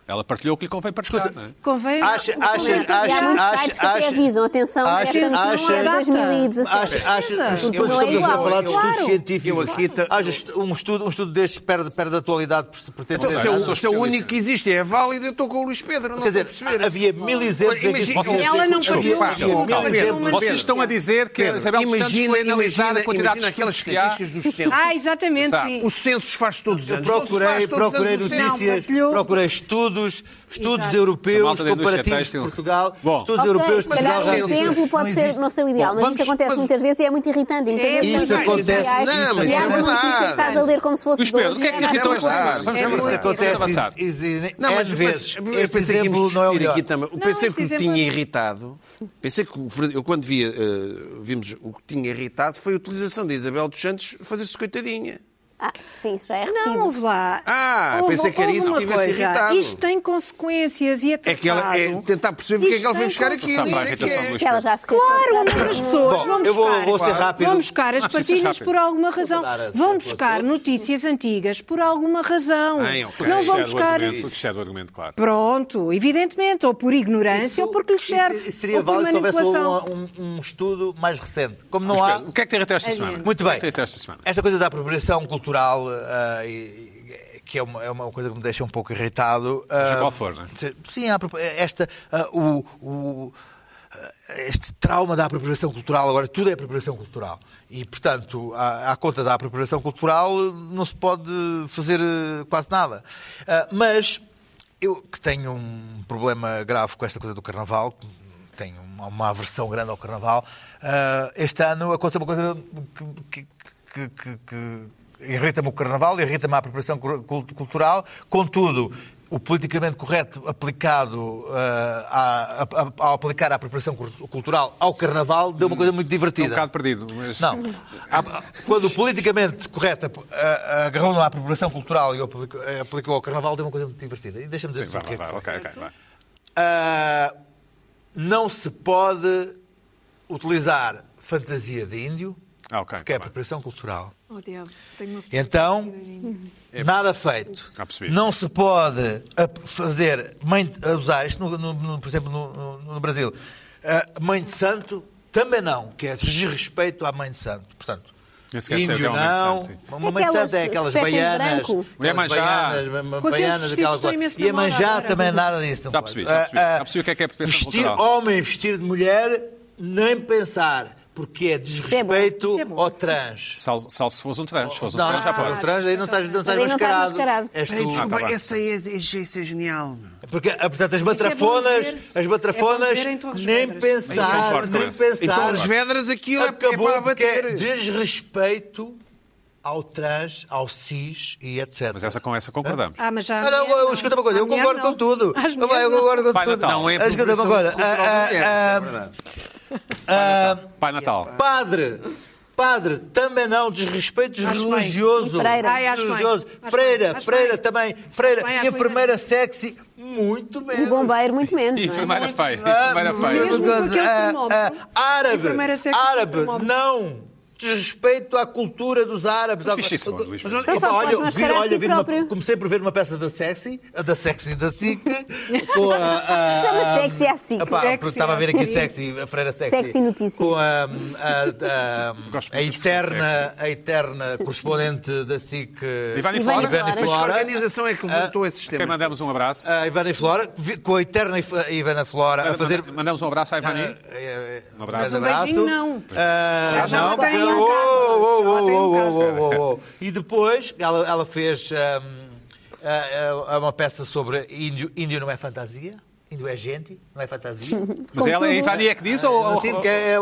S1: Ela partilhou o que lhe convém partilhar, não é?
S3: Convém.
S6: Acha- acha-
S3: convém-
S2: E há
S6: acha-
S2: muitos
S6: acha-
S2: sites que até
S6: acha-
S2: avisam, atenção,
S6: acha-
S2: esta notícia
S6: acha-
S2: é de 2017.
S6: Acho, acho,
S3: certeza.
S6: quando
S2: Não é
S6: estamos a
S2: igual,
S6: falar de
S2: claro.
S6: estudos científicos,
S5: Eu aqui tra-
S6: acho est- um estudo, um estudo destes perde, perde a atualidade por, por ter
S5: Então, se é
S6: ter-
S5: o-
S1: sou
S5: se é o
S1: especialista.
S5: único que existe, é válido, eu estou com o Luís Pedro, não
S6: um- Quer
S5: estou a
S6: dizer,
S5: perceber.
S6: havia mil exemplos em que isso
S5: Imagina-
S6: acontecia.
S3: Ela não
S5: Desculpa,
S3: partilhou
S5: pá,
S3: o estudo,
S5: calma,
S6: mas
S5: Pedro,
S6: é uma-
S5: Pedro,
S1: Vocês estão a dizer que a
S5: Pedro,
S1: Isabel dos Santos foi analisar a quantidade de
S5: imagina aquelas
S1: estudos que há.
S5: estatísticas dos censos.
S3: Ah, exatamente,
S1: Exato.
S3: sim.
S5: O censo faz todos os
S6: Eu
S5: anos. não se faz
S6: procurei,
S5: todos os
S6: procurei
S5: anos o censo.
S6: notícias,
S3: partilhou.
S6: procurei estudos, estudos
S3: Exato.
S1: A
S6: europeus
S1: malta da indústria
S6: comparativos de
S1: têxtil.
S6: Portugal,
S1: Bom.
S6: estudos
S2: Ok,
S6: europeus de
S2: se calhar
S6: Portugal.
S2: um
S5: não existe.
S2: exemplo pode
S5: Não
S2: ser
S5: existe.
S2: não ser o ideal,
S5: Bom,
S2: mas
S5: vamos-
S2: isso acontece
S5: mas-
S2: muitas vezes e é muito irritante. E muitas
S3: É,
S2: vezes
S3: isso
S2: estamos nas redes
S6: acontece-
S2: sociais
S5: não, mas
S2: e
S5: isso
S2: há
S5: é
S2: uma notícia que
S5: verdade.
S2: estás a ler como se fosse
S1: Luís
S2: de hoje
S1: Pedro, o que é
S2: e
S1: que
S2: é
S1: irritou
S2: como
S1: esta
S2: se fosse
S1: semana?
S2: de
S1: Vamos
S2: hoje.
S1: avançar.
S6: Isso é
S1: Vamos avançar.
S6: acontece
S5: Não, mas
S6: às é vezes.
S5: mas eu
S6: Este
S5: pensei que íamos
S6: exemplo não é o
S5: discutir
S6: melhor.
S5: aqui também. Eu
S3: Não,
S5: pensei
S3: este
S5: que o que
S3: exemplo- é
S5: tinha irritado. Pensei que o ver- eu quando vi, eh, vimos o que tinha irritado foi a utilização da Isabel dos Santos fazer-se coitadinha.
S2: Ah, sim, isso já é repetido.
S3: Não, houve lá.
S5: Ah,
S3: Houve-
S5: pensei que era
S3: houve
S5: isso que
S3: uma
S5: tivesse
S3: coisa.
S5: irritado.
S3: Isto tem consequências e é
S5: É que ela é
S3: tratado.
S5: tentar perceber porque é que
S3: Isto
S5: ela
S3: tem
S5: veio buscar aqui.
S1: Sabe, a
S5: Isso é que
S1: irritação do
S5: é.
S1: Luís
S2: Que ela já se queixou.
S3: Claro, mas as pessoas
S6: Bom,
S3: vão
S6: eu vou-
S3: buscar,
S6: vou ser rápido.
S3: vão buscar as
S1: Não precisa ser
S3: partilhas
S1: rápido.
S3: por alguma razão.
S6: Vou dar a-
S3: Vão
S6: a-
S3: buscar
S6: a-
S3: notícias antigas por alguma razão.
S5: Bem, ok.
S3: Não
S1: Isso
S3: vão
S1: é do
S3: buscar.
S1: argumento- Isso é do argumento, claro.
S3: Pronto, evidentemente, ou por ignorância
S6: Isso-
S3: ou porque lhes
S6: isso
S3: serve.
S6: Seria
S3: ou por
S6: válido se houvesse
S3: manipulação.
S6: um, um- um estudo mais recente. Como não
S1: Luís
S6: há.
S1: Pedro, o que é que te irritou esta semana?
S6: Muito
S1: O que
S6: bem.
S1: é que te irritou esta semana?
S6: Esta coisa da apropriação cultural, ah, e- e- que é uma, é uma coisa que me deixa um pouco irritado.
S1: Seja
S6: ah,
S1: qual for, não é?
S6: se- Sim, a apropria- esta, ah, o- o- ah, este trauma da apropriação cultural, agora tudo é apropriação cultural. E, portanto, à, à conta da apropriação cultural não se pode fazer eh, quase nada. Ah, mas eu que tenho um problema grave com esta coisa do carnaval, tenho uma, uma aversão grande ao carnaval, ah, este ano aconteceu uma coisa que- que- que- que irrita-me o carnaval, irrita-me a apropriação cul- cul- cultural, contudo, o politicamente correto aplicado eh, a- a- a- ao aplicar a apropriação cul- cultural ao carnaval deu uma coisa muito
S1: Estou um
S6: divertida.
S1: bocado perdido. Mas...
S6: Não. Há- Quando o politicamente correto eh, agarrou na apropriação cultural e o aplicou, eh, aplicou ao carnaval, deu uma coisa muito divertida. E deixa-me dizer
S1: Sim, vai, vai, vai. Ok, ok, vai.
S6: ah, não se pode utilizar fantasia de índio,
S1: Ah, ok,
S6: porque é
S1: tá bem.
S6: apropriação cultural.
S3: Oh, diabo, tenho uma
S6: Então, nada feito.
S1: Já É. percebi.
S6: Não se pode ap- fazer, mãe, de- a usar isto, no- no- no- por exemplo, no, no- no Brasil, Ah, mãe de santo, também não, que é desrespeito à mãe de santo. Portanto,
S1: Eu esqueci o que é
S6: índio
S1: uma mãe de
S6: não,
S1: santo,
S6: uma mãe de
S2: Aquelas
S6: santo é aquelas
S2: que vestem de
S6: baianas,
S2: branco.
S1: E a Manjá?
S6: baianas, ba- ba-
S3: Com aqueles
S6: baianas,
S3: vestidos
S6: aquela
S3: que estão
S6: coisa.
S3: imenso
S6: E a
S3: na moda
S6: manjá
S3: agora.
S6: também nada disso. não
S1: Já
S6: pode.
S1: percebi, já percebi.
S6: Ah,
S1: Já percebi o que é que é apropriação
S6: vestir
S1: cultural.
S6: homem vestir de mulher, nem pensar, porque é desrespeito
S3: Isso é bom.
S6: ao trans.
S1: Salvo salvo se fosse um trans. Se fosse um
S6: Não,
S1: trans,
S6: não,
S1: já
S6: foi.
S1: foi.
S6: O trans aí não estás, não estás
S2: Mas aí
S3: tá
S2: não estás
S6: mascarado.
S2: mascarado.
S6: És tu.
S5: Ei, desculpa,
S1: Ah, tá bem.
S5: essa aí é, isso é genial. meu.
S6: Porque, ah, portanto, as
S3: é bom
S6: matrafonas,
S3: dizer.
S6: as matrafonas,
S3: É bom dizer em Torres
S6: nem
S3: Vedras.
S1: Mas não
S6: pensar,
S1: concordo com
S6: nem
S1: essa. Então,
S6: pensar.
S5: Em Torres Então, Vedras aquilo é- é
S6: Acabou
S5: para
S6: porque é
S5: abater.
S6: desrespeito ao trans, ao cis e etc.
S1: Mas essa com essa concordamos.
S3: Ah, mas já.
S6: Ah, não, eu- escuta uma coisa, eu concordo com tudo.
S3: As
S6: Ah, eu concordo com
S1: Pai
S6: tudo.
S1: Natal. Não
S5: é
S6: Escuta uma coisa.
S5: apropriação cultural
S6: ah,
S5: da mulher,
S6: ah,
S5: é
S6: ah,
S5: verdade.
S1: Pai Natal.
S6: Padre, padre, também não, desrespeito
S3: Acho bem.
S6: religioso.
S2: E freira.
S3: Ai, acho bem.
S6: religioso.
S3: Acho bem,
S6: Freira,
S3: acho
S6: freira
S3: bem.
S6: também. Freira,
S3: Bem, acho
S6: enfermeira sexy, muito bem.
S2: O bombeiro, muito menos.
S1: E
S2: não é?
S1: enfermeira feia.
S6: Ah,
S1: Enfermeira
S6: mesma
S1: feia.
S3: Mesmo com
S6: coisa,
S3: aquele
S6: ah,
S3: termómetro.
S6: ah, árabe,
S3: Enfermeira sexy com
S6: árabe,
S3: termómetro.
S6: não. desrespeito à cultura dos árabes.
S1: Mas
S6: à-
S1: fiz isso, Luís Pedro.
S2: Então
S6: Epá,
S2: só podes
S6: olha, vi,
S2: mascarar a ti
S6: olha vi uma-
S2: próprio.
S6: comecei por ver uma peça da Sexy, a da Sexy da SIC, com a... a-
S2: Chama
S6: a-
S2: Sexy à SIC.
S6: Epá,
S3: Sexy
S6: porque estava a ver aqui
S3: à SIC.
S6: Sexy, a freira Sexy.
S2: Sexy notícias.
S6: Com a,
S1: Gosto muito
S6: a- a- a
S1: da expressão
S6: eterna, a eterna correspondente da SIC...
S1: Ivani Flora,
S2: Ivani Flora.
S6: Ivani
S5: Mas que
S6: Flora.
S5: organização é que levantou esse
S1: quem
S5: sistema?
S1: mandamos um abraço.
S6: A Ivana e Flora, vi- com a eterna If- Ivana Flora a fazer.
S1: Mandamos um abraço à Ivani.
S6: Um
S1: abraço.
S3: Um beijinho, não.
S6: Ah,
S3: Ela
S6: não,
S3: tem
S6: porque-
S3: em casa.
S6: Oh, oh,
S3: Ela
S6: oh,
S3: tem em
S6: oh,
S3: casa.
S6: oh, oh, oh. E depois ela, ela fez hum, ahm, ah, ah, uma peça sobre índio. Índio não é fantasia, índio é gente, não é fantasia.
S1: Mas ela, a
S2: Contudo-
S1: Ivani é que diz ou... ou-
S6: Sim, porque é, é- é-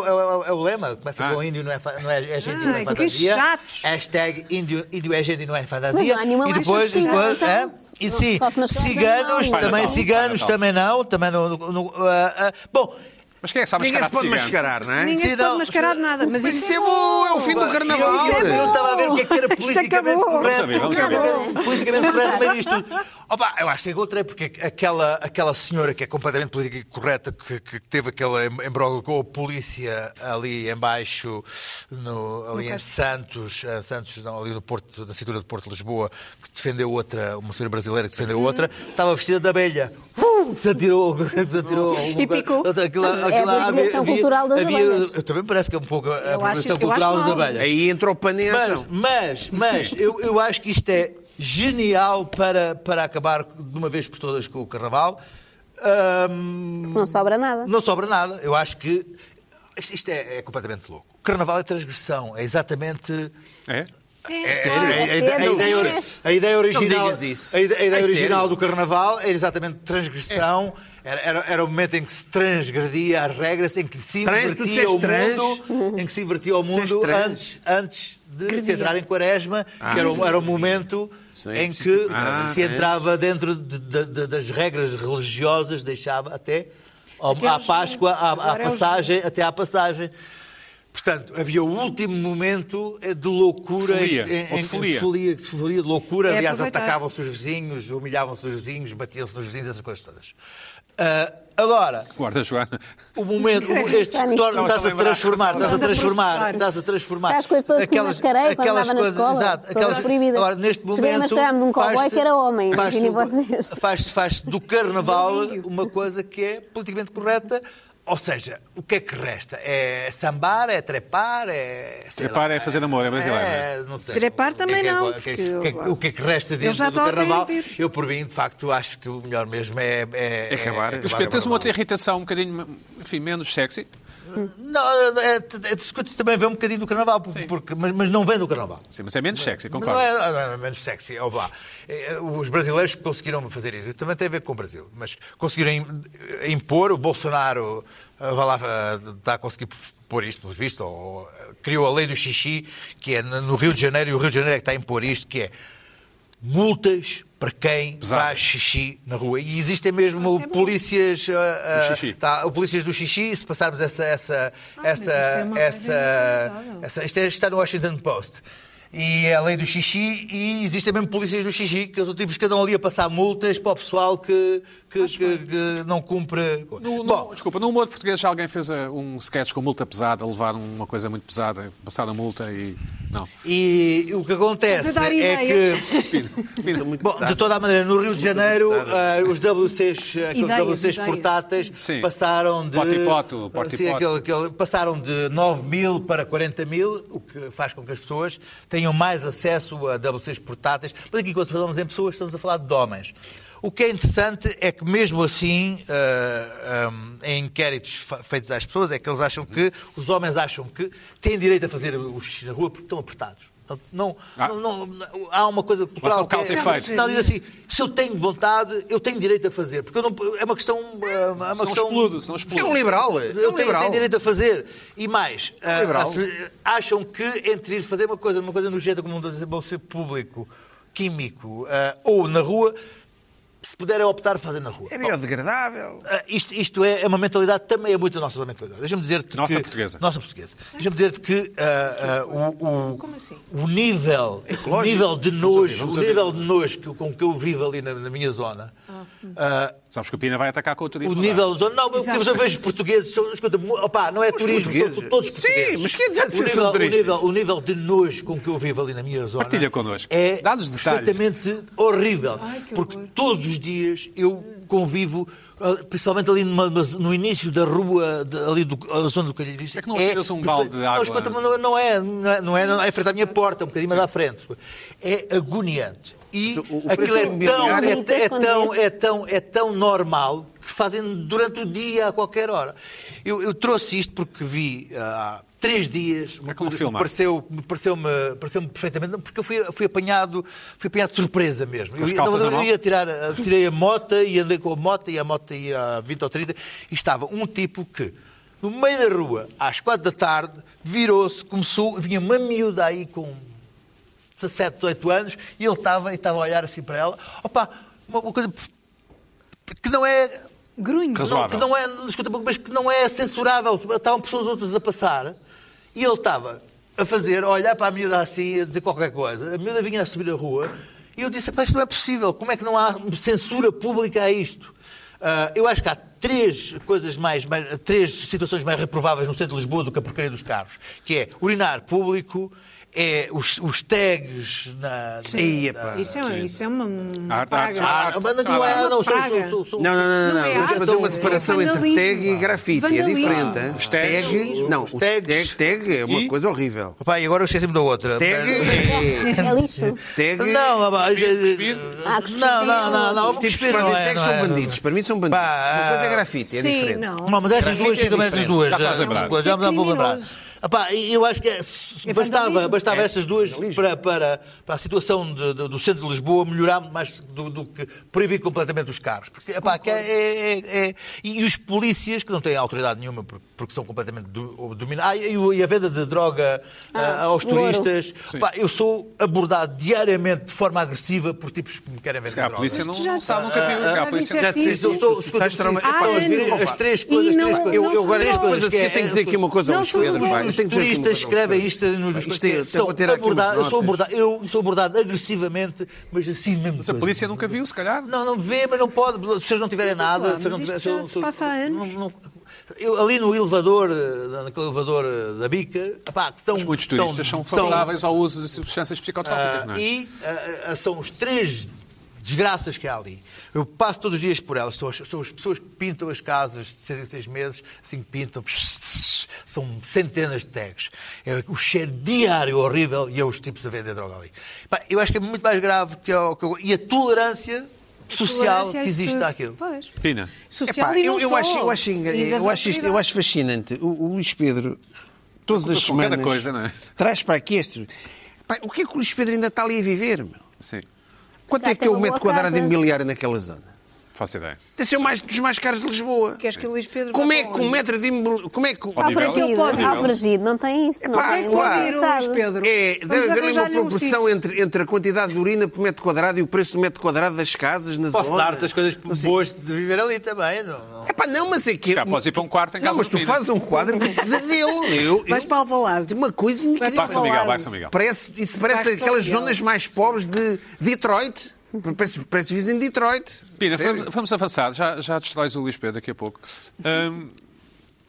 S6: é o lema. Começa
S1: Ah.
S6: com índio não é, fa- não é, é gente, não
S3: Ai, que
S6: é fantasia.
S3: chatos.
S6: Hashtag índio, índio é gente, não é
S2: Mas
S6: fantasia.
S2: não há nenhuma
S6: e
S2: mais
S6: depois,
S2: chatice,
S6: depois
S2: então.
S6: hã? e
S2: Não,
S6: sim,
S2: só se mascarar,
S6: ciganos,
S2: não.
S1: Pai
S6: também
S1: Natal,
S6: ciganos,
S1: Pai Natal.
S6: também não, também não. no- no- ah, ah, bom,
S1: Mas quem é que sabe
S5: Ninguém
S1: mascarar
S5: se
S1: de
S5: pode
S1: cigano?
S5: mascarar, não é?
S3: Ninguém
S6: Sim,
S3: se
S6: não.
S3: pode mascarar de nada. Mas um-
S5: Isso é bom, é o fim do carnaval.
S6: Eu, eu, eu estava a ver o que é que era
S3: Isto
S6: politicamente
S3: acabou.
S1: Vamos
S6: correto.
S1: saber, vamos
S2: saber.
S6: Politicamente correto, mas isto. Opa, eu acho que encontrei, porque aquela, aquela senhora que é completamente política correta, que, que teve aquela em- embroga com a polícia ali embaixo, no, ali em Santos, eh, Santos não, ali no Porto, na cintura do Porto de Lisboa, que defendeu outra, uma senhora brasileira que defendeu outra, estava vestida de abelha. Uh, se atirou, se atirou.
S3: E picou.
S6: Aquilo,
S2: É a apropriação cultural das abelhas.
S6: Eu também parece que é um pouco a apropriação
S3: acho- eu
S6: cultural
S3: acho
S6: das
S3: mal.
S6: abelhas.
S5: Aí entrou o pano em
S6: Mas,
S5: ação.
S6: mas, mas eu, eu acho que isto é genial para, para acabar de uma vez por todas com o carnaval. Ahm,
S2: Não sobra nada.
S6: não sobra nada. Eu acho que isto, isto é, é completamente louco. Carnaval é transgressão, é exatamente.
S1: É?
S6: É, é,
S2: é,
S6: é, a,
S2: é,
S6: ideia,
S2: é.
S6: ori- a ideia
S5: Não
S6: original,
S5: digas isso.
S6: a ide- a ideia
S5: Ai,
S6: original
S5: sério?
S6: do carnaval era exatamente transgressão. Era, era, era o momento em que se transgredia as regras, em que se
S5: Trans, tu
S6: invertia
S5: disseste
S6: o
S5: trans?
S6: mundo, em que se invertia o mundo
S5: Disseste trans?
S6: antes, antes de se entrar em quaresma, que era, o- era o momento
S5: Ah. Sim,
S6: em
S5: preciso
S6: que
S5: que- Ah,
S6: se
S5: antes.
S6: entrava dentro de- de- de- das regras religiosas, deixava até ao-
S3: Até
S6: à
S3: aos-
S6: Páscoa, à- à,
S3: agora é os-
S6: passagem, até à passagem. Portanto, havia o último momento eh, de loucura,
S1: Folia,
S6: em- em-
S1: ou de
S6: em-
S1: folia.
S6: folia, de folia, de loucura.
S3: É
S6: Aliás,
S3: aproveitar.
S6: atacavam-se os vizinhos, humilhavam-se os vizinhos, batiam-se nos vizinhos, essas coisas todas. Ah, agora,
S1: Guarda, Joana.
S6: o momento, o- este
S2: Está nisto.
S6: torna estás a
S1: Estava-se a lembrar.
S6: transformar, estás a
S3: Estás a
S6: transformar,
S3: processar.
S6: estás a transformar.
S2: Está as coisas todas que me mascarei quando andava na escola,
S6: exato,
S2: todas proibidas.
S6: Agora, neste
S2: Cheguei a
S6: momento.
S2: mascarar-me de um cowboy
S6: faz-se-
S2: que era homem,
S6: faz-se-
S2: imaginem vocês.
S6: Faz-se faz-se do carnaval uma coisa que é politicamente correta. Ou seja, o que é que resta? É sambar, é trepar, é. sei lá,
S1: Trepar é fazer amor, é brasileiro,
S6: É, não sei.
S3: Trepar
S6: O que é
S3: também
S6: que é-
S3: não,
S6: o que é que- o que é que-
S3: porque eu-
S6: O que é que resta
S3: Eles já
S6: dentro
S3: estão
S6: do
S3: a querer
S6: carnaval?
S3: vir.
S6: Eu, por mim, de facto, acho que o melhor mesmo é. É
S5: É acabar.
S1: Mas
S5: Mas,
S1: Pedro, tens
S6: o
S1: uma outra irritação um bocadinho, enfim, menos sexy.
S6: Não, é, é, é, discute também vem um bocadinho do carnaval, por- porque, mas, mas não vem do carnaval.
S1: Sim, mas é menos sexy, concordo.
S6: Não é, não é menos sexy, ó vá. É, Os brasileiros conseguiram fazer isso. Também tem a ver com o Brasil. Mas conseguiram im- impor, o Bolsonaro ah, vá lá, ah, está a conseguir pôr isto, pelos vistos, ou, ou, ah, criou a lei do xixi, que é no no Rio de Janeiro, e o Rio de Janeiro é que está a impor isto, que é multas para quem faz xixi na rua. E existem mesmo
S3: é
S6: polícias... ah, ah,
S1: xixi.
S6: tá, o polícias do xixi, se passarmos essa... essa,
S3: mas isto
S6: essa,
S3: é uma coisa
S6: essa,
S3: inacreditável.
S6: essa- isto é- está no Washington Post. E é a lei do xixi, e existem mesmo polícias do xixi, que são tipos que andam ali a passar multas para o pessoal que, que, que- que não cumpre.
S1: No, no-
S6: Bom,
S1: desculpa, no humor português já alguém fez eh, um sketch com multa pesada, levar uma coisa muito pesada, passar a multa e.
S6: É
S1: Não.
S6: e o que acontece
S3: Estás a dar
S6: é
S3: ideias.
S6: que.
S1: Pina, muito
S6: Bom, de toda a maneira, no Rio de Janeiro, ah, os WCs, aqueles
S3: Ideias,
S6: WCs
S3: ideias.
S6: portáteis,
S1: Sim.
S6: passaram de.
S1: Pote-pote, pote-pote.
S6: Sim, aquele- aquele- passaram de 9 mil para 40 mil, o que faz com que as pessoas tenham mais acesso a WCs portáteis. Mas aqui, quando falamos em pessoas, estamos a falar de homens. O que é interessante é que, mesmo assim, ah, ah, em inquéritos fa- feitos às pessoas, é que eles acham que, os homens acham que têm direito a fazer o xixi na rua porque estão apertados. Não,
S1: Ah.
S6: não, não- não- há uma coisa cultural
S1: Lá são
S6: que é-
S1: causa e efeito.
S6: Não, diz assim, se eu tenho vontade, eu tenho direito a fazer. Porque eu não, é uma questão. É uma
S1: São
S6: questão
S1: expludo, são
S5: Isso é
S1: expludo.
S5: um liberal. É
S6: eu
S5: um
S6: tenho,
S5: liberal.
S6: tenho direito a fazer. E mais, ah,
S5: liberal.
S6: se- acham que entre ir fazer uma coisa, uma coisa nojenta como um desembolso público, químico ah, ou na rua, se puderem optar, fazer na rua.
S5: É biodegradável.
S6: Ah, isto, isto é, é uma mentalidade, também é muito a nossa mentalidade. Deixa-me dizer-te
S1: Nossa
S6: que-
S1: portuguesa.
S6: Nossa portuguesa. Deixa-me dizer-te que ah, ah, o, o-
S5: assim?
S6: o nível, o nível de nojo, o nível de nojo que, com que eu vivo ali na, na minha zona, ah,
S1: Sabes que o Pina vai atacar com o turismo.
S6: O
S1: não é?
S6: nível zona. Não, mas eu vejo é os portugueses. São, escuta, mu- opá, não é turismo,
S5: portugueses-
S6: são todos
S5: Sim,
S6: portugueses.
S5: mas
S1: é
S5: quem deve
S6: o
S5: ser
S6: nível, o,
S5: turístico?
S6: nível, o nível de nojo com que eu vivo ali na minha zona.
S1: Partilha connosco.
S6: É
S1: Dá-nos detalhes.
S6: perfeitamente horrível. porque todos os dias eu convivo. ah, Principalmente ali numa- no início da rua, de- ali do, a zona do Calheiris.
S1: É que não tiras um balde de
S6: não,
S1: água.
S6: escuta, mas não, não é, não é, não é, não é em frente à minha porta, um bocadinho mais à frente. É agoniante. E
S5: Mas o- o
S6: aquilo
S5: preço
S6: é tão,
S5: imobiliário-
S6: é, é tão, é tão, é tão normal que fazem durante o dia, a qualquer hora. Eu, eu trouxe isto porque vi há três dias uma
S1: É como
S6: coisa que me
S1: filmar.
S6: pareceu, me pareceu-me pareceu perfeitamente, porque eu fui, fui, apanhado, fui apanhado de surpresa mesmo. Eu,
S1: as calças
S6: eu-
S1: na mão?
S6: eu ia tirar, a- tirei a moto e andei com a moto e a moto ia a 20 ou 30 e estava um tipo que no meio da rua, às quatro da tarde, virou-se, começou, vinha uma miúda aí com 17, 18 anos, e ele estava e estava a olhar assim para ela. Opa, uma, uma coisa que não é.
S3: Grunho.
S1: Razoável.
S6: Não, que não é. Escuta, um pouco, mas que não é censurável. Estavam pessoas outras a passar e ele estava a fazer, a olhar para a miúda assim, a dizer qualquer coisa. A miúda vinha a subir a rua e eu disse: "Epá, isto não é possível. Como é que não há censura pública a isto? Ah, eu acho que há três coisas mais, mais- três situações mais reprováveis no centro de Lisboa do que a porcaria dos carros, que é urinar público, é os, os tags na, na-
S4: Ia, pá.
S3: Isso é, isso é uma. uma
S1: Arte,
S3: praga.
S1: arte,
S6: ah, mas não, não é, não, sou,
S3: Praga.
S6: sou, sou, sou-
S5: Não, não, não, não.
S3: Não é
S5: não. Vamos
S3: arte,
S5: fazer uma
S3: é
S5: separação entre
S3: vandalismo.
S5: tag e grafite. É
S3: Vandalismo.
S5: diferente. hein?
S1: Ah, Os tags.
S5: Tag, não, os
S6: tags.
S5: tag, tag é uma
S1: E?
S5: coisa horrível.
S6: Opa, e agora eu esqueci-me da outra.
S5: Tag é-
S2: É lixo.
S5: tag.
S6: Não, opa, äh,
S2: Ah, cuspir.
S6: não, não, não, não,
S5: Os tipos que
S6: cuspir não
S5: fazem
S6: é,
S5: tags
S6: não é,
S5: são
S6: não é.
S5: bandidos. Para mim são bandidos.
S6: Pá, ah,
S5: Uma coisa é grafite, é
S3: Sim,
S5: diferente.
S3: não.
S6: Não, mas estas
S5: Grafite
S6: duas
S5: é
S6: ficam essas
S5: diferente.
S6: duas.
S1: Já faz
S6: Já,
S1: lembrar.
S6: já, já me dá para
S3: Criminoso.
S6: lembrar. Epá, e eu acho que é- se-
S3: É
S6: bastava,
S3: vandalismo.
S6: bastava estas duas para, para, para a situação de- de- do centro de Lisboa melhorar mais do, do que proibir completamente os carros. Porque, epá, que é, é- é- e os polícias, que não têm autoridade nenhuma por- porque são completamente do, dominados. Ah, e, o- e a venda de droga ah, aos
S2: o ouro.
S6: turistas. Epá, eu sou abordado diariamente de forma agressiva por tipos que me querem
S1: Se
S6: vender
S1: calhar
S6: droga.
S1: a polícia não,
S3: Isto já-
S1: não sabe, nunca viu. Se calhar
S3: já
S1: a polícia
S3: disse
S1: não
S5: Já disse,
S6: Eu sou, escuta,
S5: estás trauma-
S6: eu-
S5: Epá,
S6: eu-
S5: os vídeos-
S3: Há
S6: as três coisas,
S3: E não-
S6: três coisas.
S5: Eu, eu
S3: Não
S5: agora,
S3: se
S5: as
S3: resolve.
S5: coisas assim, tenho que dizer aqui uma coisa.
S3: Não
S5: Luís
S3: se
S5: Pedro,
S3: resolve.
S5: vai.
S6: Os
S5: Tenho que dizer aqui
S6: é
S5: uma
S6: turistas
S5: coisa,
S6: escrevem
S5: Luís
S6: isto nos
S5: Isto é-
S6: são
S5: vou tirar aqui umas
S6: abordados- eu sou
S5: notas.
S6: abordado, eu sou abordado agressivamente, mas assim mesmo.
S1: Mas a polícia nunca viu, se calhar.
S6: Não, não vê, mas não pode. Se vocês não tiverem
S3: Mas,
S6: nada,
S3: claro,
S6: se eu não
S3: mas
S6: tiver,
S3: isto
S6: eu-
S3: já se
S6: eu-
S3: passa há anos.
S6: não- não- eu, ali no elevador, eh, naquele elevador eh, da bica, pá, que são
S1: Mas Muitos
S6: tão-
S1: turistas são favoráveis ao uso de substâncias psicotrópicas, não é?
S6: e ah, ah, são os três desgraças que há ali. Eu passo todos os dias por elas. São as, são as pessoas que pintam as casas de seis em seis meses, assim que pintam. São centenas de tags. É o cheiro diário horrível e é os tipos a vender droga ali. Pá, eu acho que é muito mais grave que, o- que o- e a tolerância social
S3: tolerância a
S6: que
S3: isso
S6: existe
S3: tudo.
S6: àquilo.
S3: Pois.
S1: Pina.
S3: Social
S5: Epá,
S3: e
S5: eu,
S3: não
S5: eu
S3: só.
S5: acho, eu, acho, engra-
S3: E das
S5: eu, acho isto- eu acho fascinante. O, o Luís Pedro, todas as
S1: com cada
S5: semanas,
S1: coisa, não é?
S5: traz para aqui este. Epá, o que é que o Luís Pedro ainda está ali a viver? Meu?
S1: Sim,
S5: Quanto
S2: Já
S5: é que
S2: tem
S5: é o
S2: uma
S5: metro
S2: boa
S5: quadrado
S2: casa.
S5: imobiliário naquela zona?
S1: faço ideia.
S5: Deve ser o mais, dos mais caros de Lisboa.
S3: Queres que o Luís Pedro
S5: Como
S3: vá
S5: é
S3: para
S5: que um
S3: onde?
S5: metro de imobiliário. Como é que. o-
S2: Há
S1: nível-
S2: fragido,
S1: ao nível.
S2: há fragido. Não tem isso. Não
S5: Epá,
S2: tem.
S5: claro.
S2: Não é
S3: Ouvir o
S2: pensado.
S3: Luís Pedro.
S5: É,
S3: Vamos
S5: deve haver ali uma
S3: arranjar-lhe um
S5: proporção entre, entre a quantidade de urina por metro quadrado e o preço do metro quadrado das casas na
S6: Posso
S5: zona.
S6: dar-te as coisas boas de viver ali também. Não, não.
S5: Epá, não, mas é que.
S1: Já podes ir para um quarto em
S5: Não,
S1: casa
S5: mas
S1: do
S5: tu
S1: Pina.
S5: fazes um quadro de pesadelo. Eu,
S3: Vais
S5: eu-
S3: para Alvalade.
S5: De uma coisa incrível.
S1: Barco São Miguel, Barco São Miguel.
S5: Parece, isso parece
S3: Parque São
S5: aquelas
S3: Miguel.
S5: zonas mais pobres de Detroit. Parece, parece vizinho de Detroit.
S1: Pina,
S5: Sério.
S1: vamos, vamos avançar. Já, já destróis o Luís Pedro daqui a pouco. Ahm,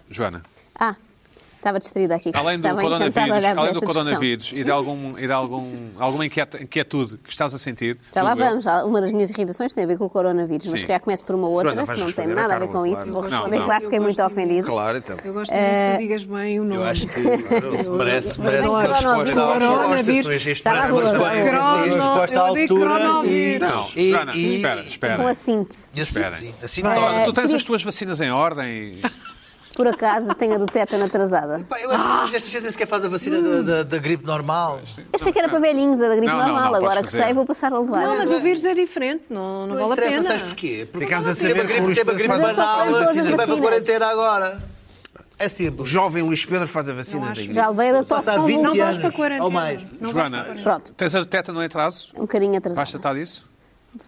S1: Joana,
S2: Ah, estava distraída aqui.
S1: além do
S2: estava
S1: coronavírus,
S2: encantada é a olhar para
S1: além do
S2: esta
S1: coronavírus e de, algum, e de algum, alguma inquieta- inquietude que estás a sentir...
S2: discussão. Já lá
S1: digo eu,
S2: vamos. Já- Uma das minhas irritações tem a ver com o coronavírus, mas
S1: Sim.
S2: se calhar começo por uma outra,
S5: Joana, vais
S2: que não tem
S5: responder à
S2: nada a ver
S5: Carla,
S2: com isso.
S5: claro.
S2: Vou
S1: Não,
S2: responder,
S1: não.
S2: claro, fiquei
S3: Eu
S2: muito
S3: gosto
S2: ofendido.
S5: Claro, então.
S3: Eu gosto
S2: É.
S3: imenso que tu digas bem o nome.
S6: Eu acho que merece, merece uma
S2: Mas
S6: resposta.
S2: coronavírus-
S3: coronavírus-
S6: Este
S2: Está
S6: merece
S2: na
S6: uma
S2: boa.
S6: resposta.
S3: Crono-
S6: resposta à
S3: eu dei
S6: altura. E...
S3: cronovírus.
S1: Não,
S6: e-
S1: Joana,
S6: e-
S1: espera,
S2: Com a
S1: espera.
S2: Cinte.
S6: e Assim,
S1: Espera.
S6: sim, assim
S2: Vai.
S6: não.
S1: Olha, tu tens
S2: queria-
S1: as tuas vacinas em ordem e...
S2: Por acaso tenho a do tétano atrasada.
S6: Pá, eu acho que esta gente nem sequer faz a vacina da, da- da gripe normal.
S2: Achei que era para velhinhos, a da gripe
S1: Não, não,
S2: normal.
S1: não,
S2: Agora
S1: podes
S2: que
S1: fazer.
S2: sei, vou passar a levar.
S3: Não, mas o vírus é diferente, não, não, vale a
S6: interessa,
S3: pena.
S6: sabes porquê? Porque
S5: Ficámos a
S6: teve
S5: saber
S6: a
S5: que o
S6: gripe,
S5: Luís
S6: teve a
S5: Pedro
S6: gripe
S2: faz
S6: banal,
S2: é todas as
S6: assim, vai para a
S2: vacinas.
S6: quarentena agora. É
S5: O
S6: simples.
S5: jovem Luís Pedro faz a vacina da gripe.
S2: Já levei a da tosse
S6: Passa há 20
S3: Não
S2: convulsa.
S3: vais
S6: anos.
S3: para a quarentena.
S6: Ou mais.
S3: Não vais para a
S1: Joana,
S3: quarentena.
S2: Pronto.
S1: tens a teta no atraso?
S2: Um bocadinho
S1: Vais
S2: atrasada.
S1: tratar disso?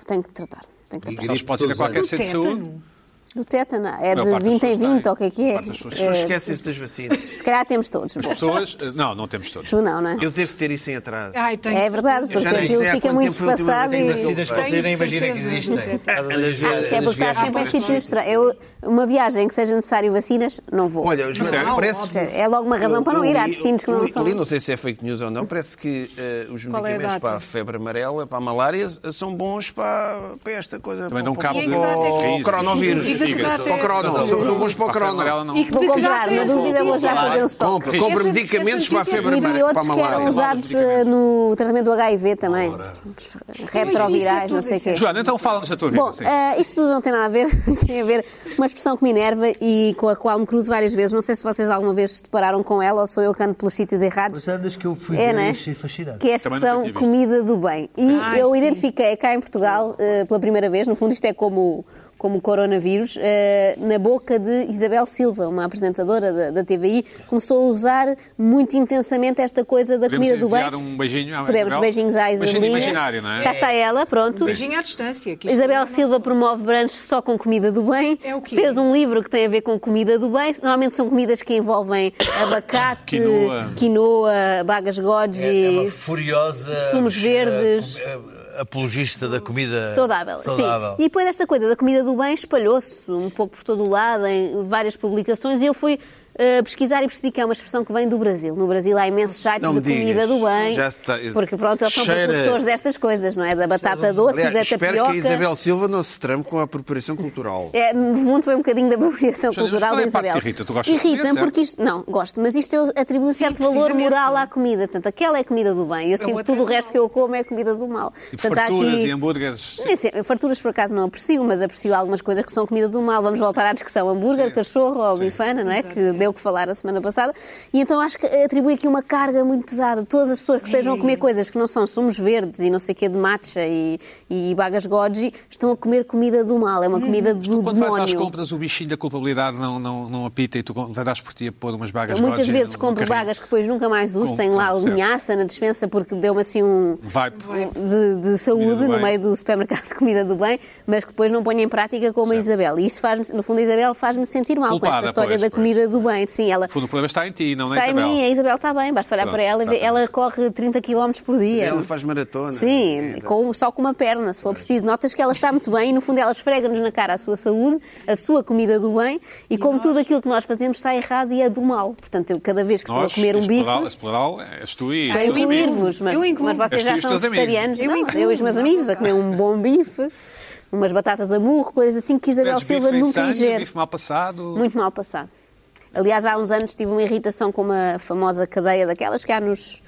S2: Tenho que tratar. Tenho que tratar.
S1: Sabes, podes ir a qualquer
S3: O
S1: centro de
S3: tétano.
S1: saúde?
S2: Do tétano,
S1: maior
S2: é de
S1: parte das
S2: 20 em
S1: pessoas
S2: 20,
S1: tem.
S2: ou o que é que é?
S1: A maior parte das pessoas-
S5: As pessoas esquecem-se das vacinas.
S2: Se calhar temos todos.
S1: As pessoas. eh, Não, não temos todos.
S2: Tu não, não é?
S5: Eu devo ter isso em atraso.
S3: Ai, tenho
S2: É verdade,
S3: certeza.
S5: Eu
S2: porque
S5: já nem
S2: aquilo
S5: sei há
S2: fica
S5: quanto
S2: muito
S5: tempo foi a última
S2: espaçado
S5: vez em
S2: e...
S5: que eu
S4: Vacinas que
S5: fui.
S4: vocês nem imaginam que
S3: certeza.
S4: existem.
S5: Elas
S2: Ah,
S5: vieram-
S2: isso é
S5: elas
S2: porque estás
S5: vieram-
S2: sempre em sítios estranhos. Eu, uma viagem que seja necessário vacinas, não vou.
S5: Olha, Joana,
S1: Sério?
S5: parece
S2: Sério, é logo uma razão
S5: Eu-
S2: para não
S5: eu
S2: ir a
S5: li-
S2: destinos que
S5: eu
S2: não
S5: li-
S2: são.
S5: li, não sei se é fake news ou não, parece que eh, os
S3: Qual é a
S5: medicamentos
S3: data?
S5: para a febre amarela, para a malária, eh, são bons para, para esta coisa.
S1: Também
S5: para,
S1: dão cabo
S3: E em
S1: de.
S3: que data é que-
S5: para o
S1: países,
S5: coronavírus.
S3: E de que
S1: fígado.
S3: data é
S5: Para o crono,
S1: Não,
S5: são,
S1: não,
S5: são bons para o
S1: a febre
S5: crono.
S1: amarela não.
S3: E que
S2: Vou
S3: de que
S2: comprar,
S3: data é
S2: na
S3: essa
S2: dúvida vou já
S3: notícia?
S2: fazer um stop.
S5: Compra, compra
S3: Essa-
S5: medicamentos
S3: essa
S5: para a
S3: notícia- é
S5: febre
S2: E vi
S5: amarela, para a
S2: outros que
S5: malária.
S2: eram usados eh, no tratamento do HIV também. Uns Retrovirais, não sei o quê.
S1: Joana, então fala-nos da tua vida.
S2: Bom,
S1: sim.
S2: eh, isto tudo não tem nada a ver, tem a ver uma expressão que me enerva e com a qual me cruzo várias vezes. Não sei se vocês alguma vez se depararam com ela ou sou eu que ando pelos sítios errados.
S6: Mas andas que eu fui
S2: É,
S6: ver
S2: não
S6: e
S2: é?
S6: achei fascinante.
S2: Que é a
S1: Também nunca
S2: expressão
S1: tinha visto.
S2: comida do bem. E
S3: Ah,
S2: eu
S3: sim.
S2: identifiquei cá em Portugal, eh, pela primeira vez, no fundo isto é como, como o coronavírus, eh, na boca de Isabel Silva, uma apresentadora da, da TVI, começou a usar muito intensamente esta coisa da
S1: Podemos
S2: comida do bem.
S1: enviar um beijinho à
S2: Podemos,
S1: Isabel?
S2: beijinhos à Isabel.
S1: Beijinho imaginário, não é?
S2: Cá está ela, pronto.
S3: Beijinho à distância. que isto
S2: Isabel
S3: não-
S2: Silva promove brunch só com comida do bem.
S3: É o quê?
S2: Fez um livro que tem a ver com comida do bem. Normalmente são comidas que envolvem abacate,
S1: Quinoa.
S2: quinoa, bagas
S6: É, é uma
S2: goji.
S6: furiosa
S2: Sumos
S6: eh,
S2: verdes.
S6: com- eh, apologista da comida
S2: Saudável,
S6: saudável.
S2: sim. E depois esta coisa da comida do bem espalhou-se um pouco por todo o lado, em várias publicações, e eu fui eh, pesquisar e percebi que é uma expressão que vem do Brasil. No Brasil há imensos sites
S5: Não me
S2: de comida
S5: digas.
S2: do bem,
S5: Já se está-
S2: porque pronto, eles são
S5: Cheira-
S2: precursores destas coisas, não é? Da batata doce e
S5: Aliás,
S2: da tapioca.
S5: espero que a Isabel Silva não se trame com a apropriação cultural.
S2: É, no fundo foi um bocadinho da apropriação
S1: Joana, mas
S2: cultural
S1: qual
S2: da
S1: é a parte
S2: Isabel.
S1: que irrita? Tu gostas de comer,
S2: Irrita-me
S1: certo?
S2: porque isto. Não, gosto, mas isto eu atribuo um certo valor
S3: precisamente,
S2: moral
S3: não é?
S2: à comida. Portanto, aquela é comida do bem. Eu sinto que
S3: outra
S2: tudo o
S3: é do
S2: resto que eu como é comida do mal.
S1: E
S2: Portanto,
S1: Tipo
S2: há
S1: farturas
S2: aqui-
S1: e hambúrgueres.
S2: Nem sempre. Farturas por acaso não aprecio, mas aprecio algumas coisas que são comida do mal. Vamos voltar à discussão hambúrguer, cachorro ou bifana, não é? Que deu o que falar a semana passada. E então acho que atribui aqui uma carga muito pesada. Todas as
S1: É
S2: pessoas que estejam a comer coisas que não são sumos verdes e não sei o quê de matcha e, e bagas goji estão a comer comida do mal. É uma comida do
S1: Hum. Quando vais às
S2: demónio.
S1: compras, o bichinho da culpabilidade não, não, não apita e tu vais por ti a pôr umas bagas
S2: Muitas
S1: Roger
S2: vezes
S1: no- no
S2: compro
S1: carrinho.
S2: bagas que depois nunca mais uso,
S1: um Com-
S2: tenho lá
S1: com-
S2: o
S1: certo.
S2: linhaça na dispensa porque deu-me assim um
S1: Vibe.
S2: de, de saúde
S1: do
S2: no
S1: bem.
S2: meio do supermercado de comida do bem, mas que depois não ponho em prática como a Isabel. E isso faz-me, no fundo, a Isabel faz-me sentir mal com
S1: Culpada,
S2: esta história
S1: pois,
S2: da
S1: pois.
S2: comida do bem. Sim, ela
S1: No fundo, o problema está em ti, não na
S2: está em
S1: Isabel.
S2: mim, é a Isabel está bem, basta olhar
S1: Pronto,
S2: para ela e ver, ela corre 30 km por dia.
S5: Ela faz maratona.
S2: É. Sim,
S5: É,
S2: com- só com uma perna, se for preciso. Notas que ela está muito bem e, no fundo, ela esfrega-nos na cara a sua saúde, a sua comida do bem e, como tudo aquilo que nós fazemos está errado e é do mal. Portanto, eu cada vez que estou a
S1: Nós,
S2: comer um
S1: este
S2: bife.
S1: plural, este plural, és tu e os
S2: Para
S1: teus amigos.
S2: incluir-vos, mas,
S3: Eu incluo.
S2: mas vocês
S1: Este e
S2: já
S1: os
S2: são
S1: teus amigos.
S2: vegetarianos.
S3: Eu
S2: não?
S3: incluo.
S2: eu e os meus amigos a comer um bom bife, umas batatas a burro, coisas assim que Isabel
S1: Metes
S2: Silva
S1: bife em
S2: nunca
S1: sangue,
S2: ingere.
S1: bife mal passado.
S2: Muito mal passado. Aliás, há uns anos tive uma irritação com uma famosa cadeia daquelas que há nos,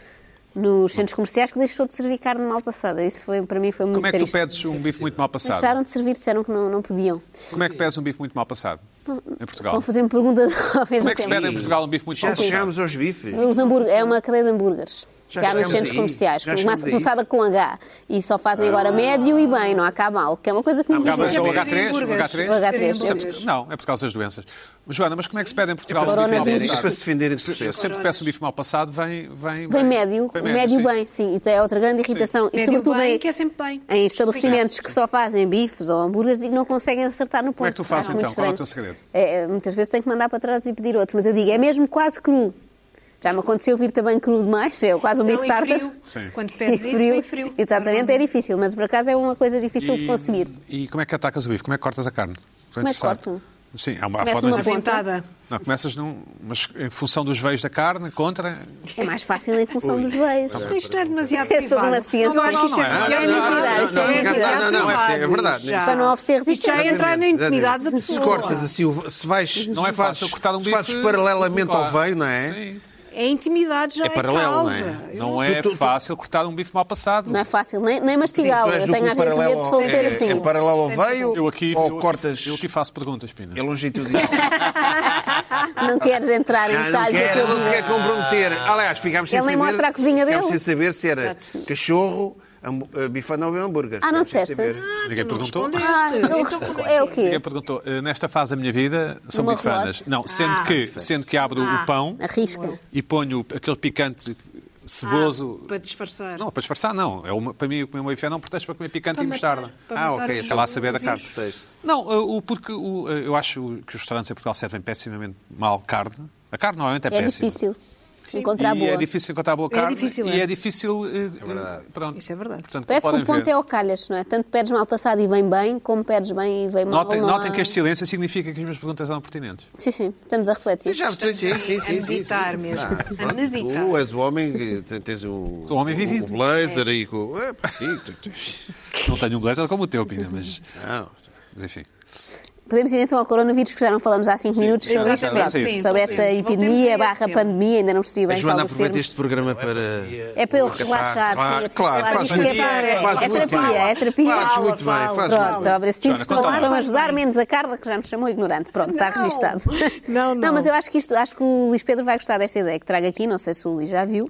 S2: nos centros comerciais que deixou de servir carne mal passada. Isso foi, para mim foi muito
S1: Como é que tu
S2: triste.
S1: pedes um bife muito mal
S2: Deixaram
S1: passado?
S2: de servir, disseram que não, não podiam.
S1: Como é que pedes um bife muito mal passado? Em Portugal.
S2: Estão a fazer-me perguntas ao mesmo
S1: Como é que se
S2: tempo.
S1: pede em Portugal um bife muito mal
S5: Já
S1: passado?
S5: chegámos aos bifes.
S2: Os hambúrguer, é uma cadeia de hambúrgueres.
S5: Já
S2: que há nos
S5: chegamos
S2: centros
S5: aí.
S2: comerciais.
S5: Já
S2: Começa-
S5: chegamos a
S2: começada com H. E só fazem
S1: Ah.
S2: agora médio e bem, não há cá mal. Que é uma coisa que me
S1: Cá, mas
S2: dizem.
S1: é o
S3: Sempre
S1: H3? O
S3: hambúrgueres.
S1: H3?
S2: H3,
S1: Sempre-
S2: hambúrgueres.
S1: Não, é por causa das doenças. Mas, Joana, mas como é que se pede em Portugal
S5: Para se
S1: um bife mal
S5: defenderem,
S2: Coronavírus.
S5: isto
S1: passado?
S5: para se defenderem de
S1: Eu
S5: processo.
S1: sempre peço um bife mal passado, vem... Vem,
S2: Vem médio,
S1: vem
S2: médio
S1: sim.
S2: bem, sim. Isso é outra grande irritação. E
S3: Médio
S2: sobretudo
S3: bem,
S2: em,
S3: que é sempre bem.
S2: em estabelecimentos que só fazem bifes ou hambúrgueres e que não conseguem acertar no ponto.
S1: Como é que tu fazes,
S2: Acho muito
S1: então? Qual é o
S2: estranho.
S1: teu segredo?
S2: É, muitas vezes tenho que mandar para trás e pedir outro, mas eu digo, é mesmo quase cru. Já me aconteceu vir também cru demais, é quase um
S3: Não,
S2: bife
S3: e
S2: tartar.
S3: frio.
S1: Sim.
S3: Quando pedes
S2: E
S3: isso, vem frio.
S2: Exatamente, é difícil, mas por acaso é uma coisa difícil de conseguir.
S1: E como é que atacas o bife? Como é que cortas a carne? Estou
S2: Como é que
S1: interessado.
S2: corto?
S1: Sim, há, uma- há
S2: Começo
S1: formas
S2: numa
S1: diferentes.
S3: Pontada.
S1: Não, começas num, mas em função dos veios da carne, contra.
S2: É mais fácil em função dos veios.
S3: Mas Isto não é demasiado
S2: Isso é tudo
S3: privado.
S2: uma ciência.
S3: Não, eu acho que isto é
S1: Não, não,
S3: demasiado
S2: não, não,
S3: privado.
S2: não,
S3: Isto é
S2: não, não,
S3: demasiado
S5: não, não, não,
S3: privado.
S5: é verdade.
S3: Já.
S2: Para não oferecer
S3: Isto já
S2: resistência.
S3: entra na intimidade da pessoa.
S5: Se cortas assim, o- se vais.
S1: Não é
S5: se
S1: fácil
S5: fazes-
S1: cortar um
S5: se
S1: bife.
S5: fazes paralelamente ao
S1: claro.
S5: veio, não é?
S1: Sim.
S3: É intimidade, já
S5: É
S3: é,
S5: paralelo,
S3: causa.
S5: não
S3: Eu
S1: Não é fácil cortar um bife mal passado.
S2: Não é fácil, nem, nem mastigá-lo.
S5: Tu és
S2: Eu
S5: do
S2: tenho
S5: cu
S2: às vezes medo de
S5: paralelo ao-
S2: falecer
S5: é-
S2: assim.
S5: É paralelo ao veio
S1: Eu aqui, eu,
S5: ou
S1: aqui-
S5: cortas.
S1: eu aqui faço perguntas, Pina.
S5: É longitudinal.
S2: Não queres entrar em
S5: Ah, não
S2: detalhes da
S5: quero,
S2: tua
S5: não se
S2: vida.
S5: quer comprometer. Aliás, ficámos sem
S2: Ele nem
S5: saber.
S2: mostra a cozinha
S5: Ficámos
S2: dele.
S5: sem saber se era cachorro, hambú- eh, bifana ou hambúrguer.
S2: Ah, não
S5: Ficámos sem
S2: disseste?
S5: saber.
S1: Ninguém perguntou.
S3: respondeste.
S2: Ah, então
S3: Então,
S2: resp- é o
S1: Ninguém
S2: quê?
S1: perguntou. Eh, Nesta fase da minha vida, são
S2: Uma
S1: bifanas.
S2: relote.
S1: Não, sendo
S3: Ah.
S1: que, sendo que abro o pão
S2: Arrisca. É
S1: e ponho aquele picante ceboso.
S3: para disfarçar.
S1: Não, para disfarçar, não. É uma- para mim, comer uma bife é não protesto para comer picante
S3: Para
S1: e
S3: matar-
S1: mostarda.
S3: para
S5: Ah,
S3: matar
S5: ok,
S3: os-
S5: é
S1: Quer lá saber da
S3: os
S1: carne.
S3: vírus.
S1: Não, uh, o, porque o, uh, eu acho que os restaurantes em Portugal servem pessimamente mal carne. A carne normalmente é,
S2: É
S1: péssima.
S2: difícil encontrar
S1: e
S2: boa.
S1: é difícil encontrar boa
S3: É
S1: carne.
S3: difícil,
S1: e
S3: é.
S1: é difícil. uh, uh, pronto.
S3: Isso é verdade.
S1: Portanto,
S2: Parece que
S1: podem
S2: o ponto
S1: ver.
S2: é o calhas, não é? Tanto pedes mal passado e vem bem, como pedes bem e vem mal.
S1: Notem,
S2: não
S1: notem
S2: há-
S1: que este silêncio significa que as minhas perguntas são pertinentes.
S2: Sim, sim, estamos a refletir.
S5: Já, sim, sim, sim, sim, sim, sim.
S3: meditar mesmo.
S5: Ah,
S3: A
S5: pronto,
S3: meditar.
S5: Tu és o homem que te- tens o,
S1: Sou um homem vivido.
S5: o blazer e com. É, pá, sim, tu- tu-
S1: Não tenho um blazer como o teu, Pina, mas.
S5: não.
S1: mas enfim.
S2: Podemos ir então ao coronavírus, que já não falamos há 5 minutos sobre, isto,
S1: exatamente,
S2: pronto,
S1: sim.
S2: sobre
S3: Sim.
S2: esta
S3: Voltemos a
S2: epidemia
S3: esse
S2: barra
S3: tema.
S2: pandemia, ainda não percebi
S5: A
S2: bem qual
S5: Joana
S2: os
S5: aproveita
S2: termos.
S5: este programa para.
S2: É para eu
S5: Capaz,
S2: relaxar,
S5: claro,
S2: sim. é preciso
S5: claro,
S2: falar
S5: faz
S2: disto, que é
S5: muito
S2: para-
S5: bem, faz
S2: É
S5: muito bem.
S2: terapia, é terapia.
S5: Fazes muito bem,
S2: Fala,
S5: fazes
S2: Pronto,
S5: muito bem. então,
S2: sobre esse tipo
S1: Joana,
S2: de coisas,
S1: conta lá.
S2: para me ajudar, menos a Carla, que já me chamou ignorante. Pronto, está
S3: Não.
S2: registado.
S3: Não, não.
S2: mas eu acho que isto, acho que o Luís Pedro vai gostar desta ideia que trago aqui, não sei se o Luís já viu,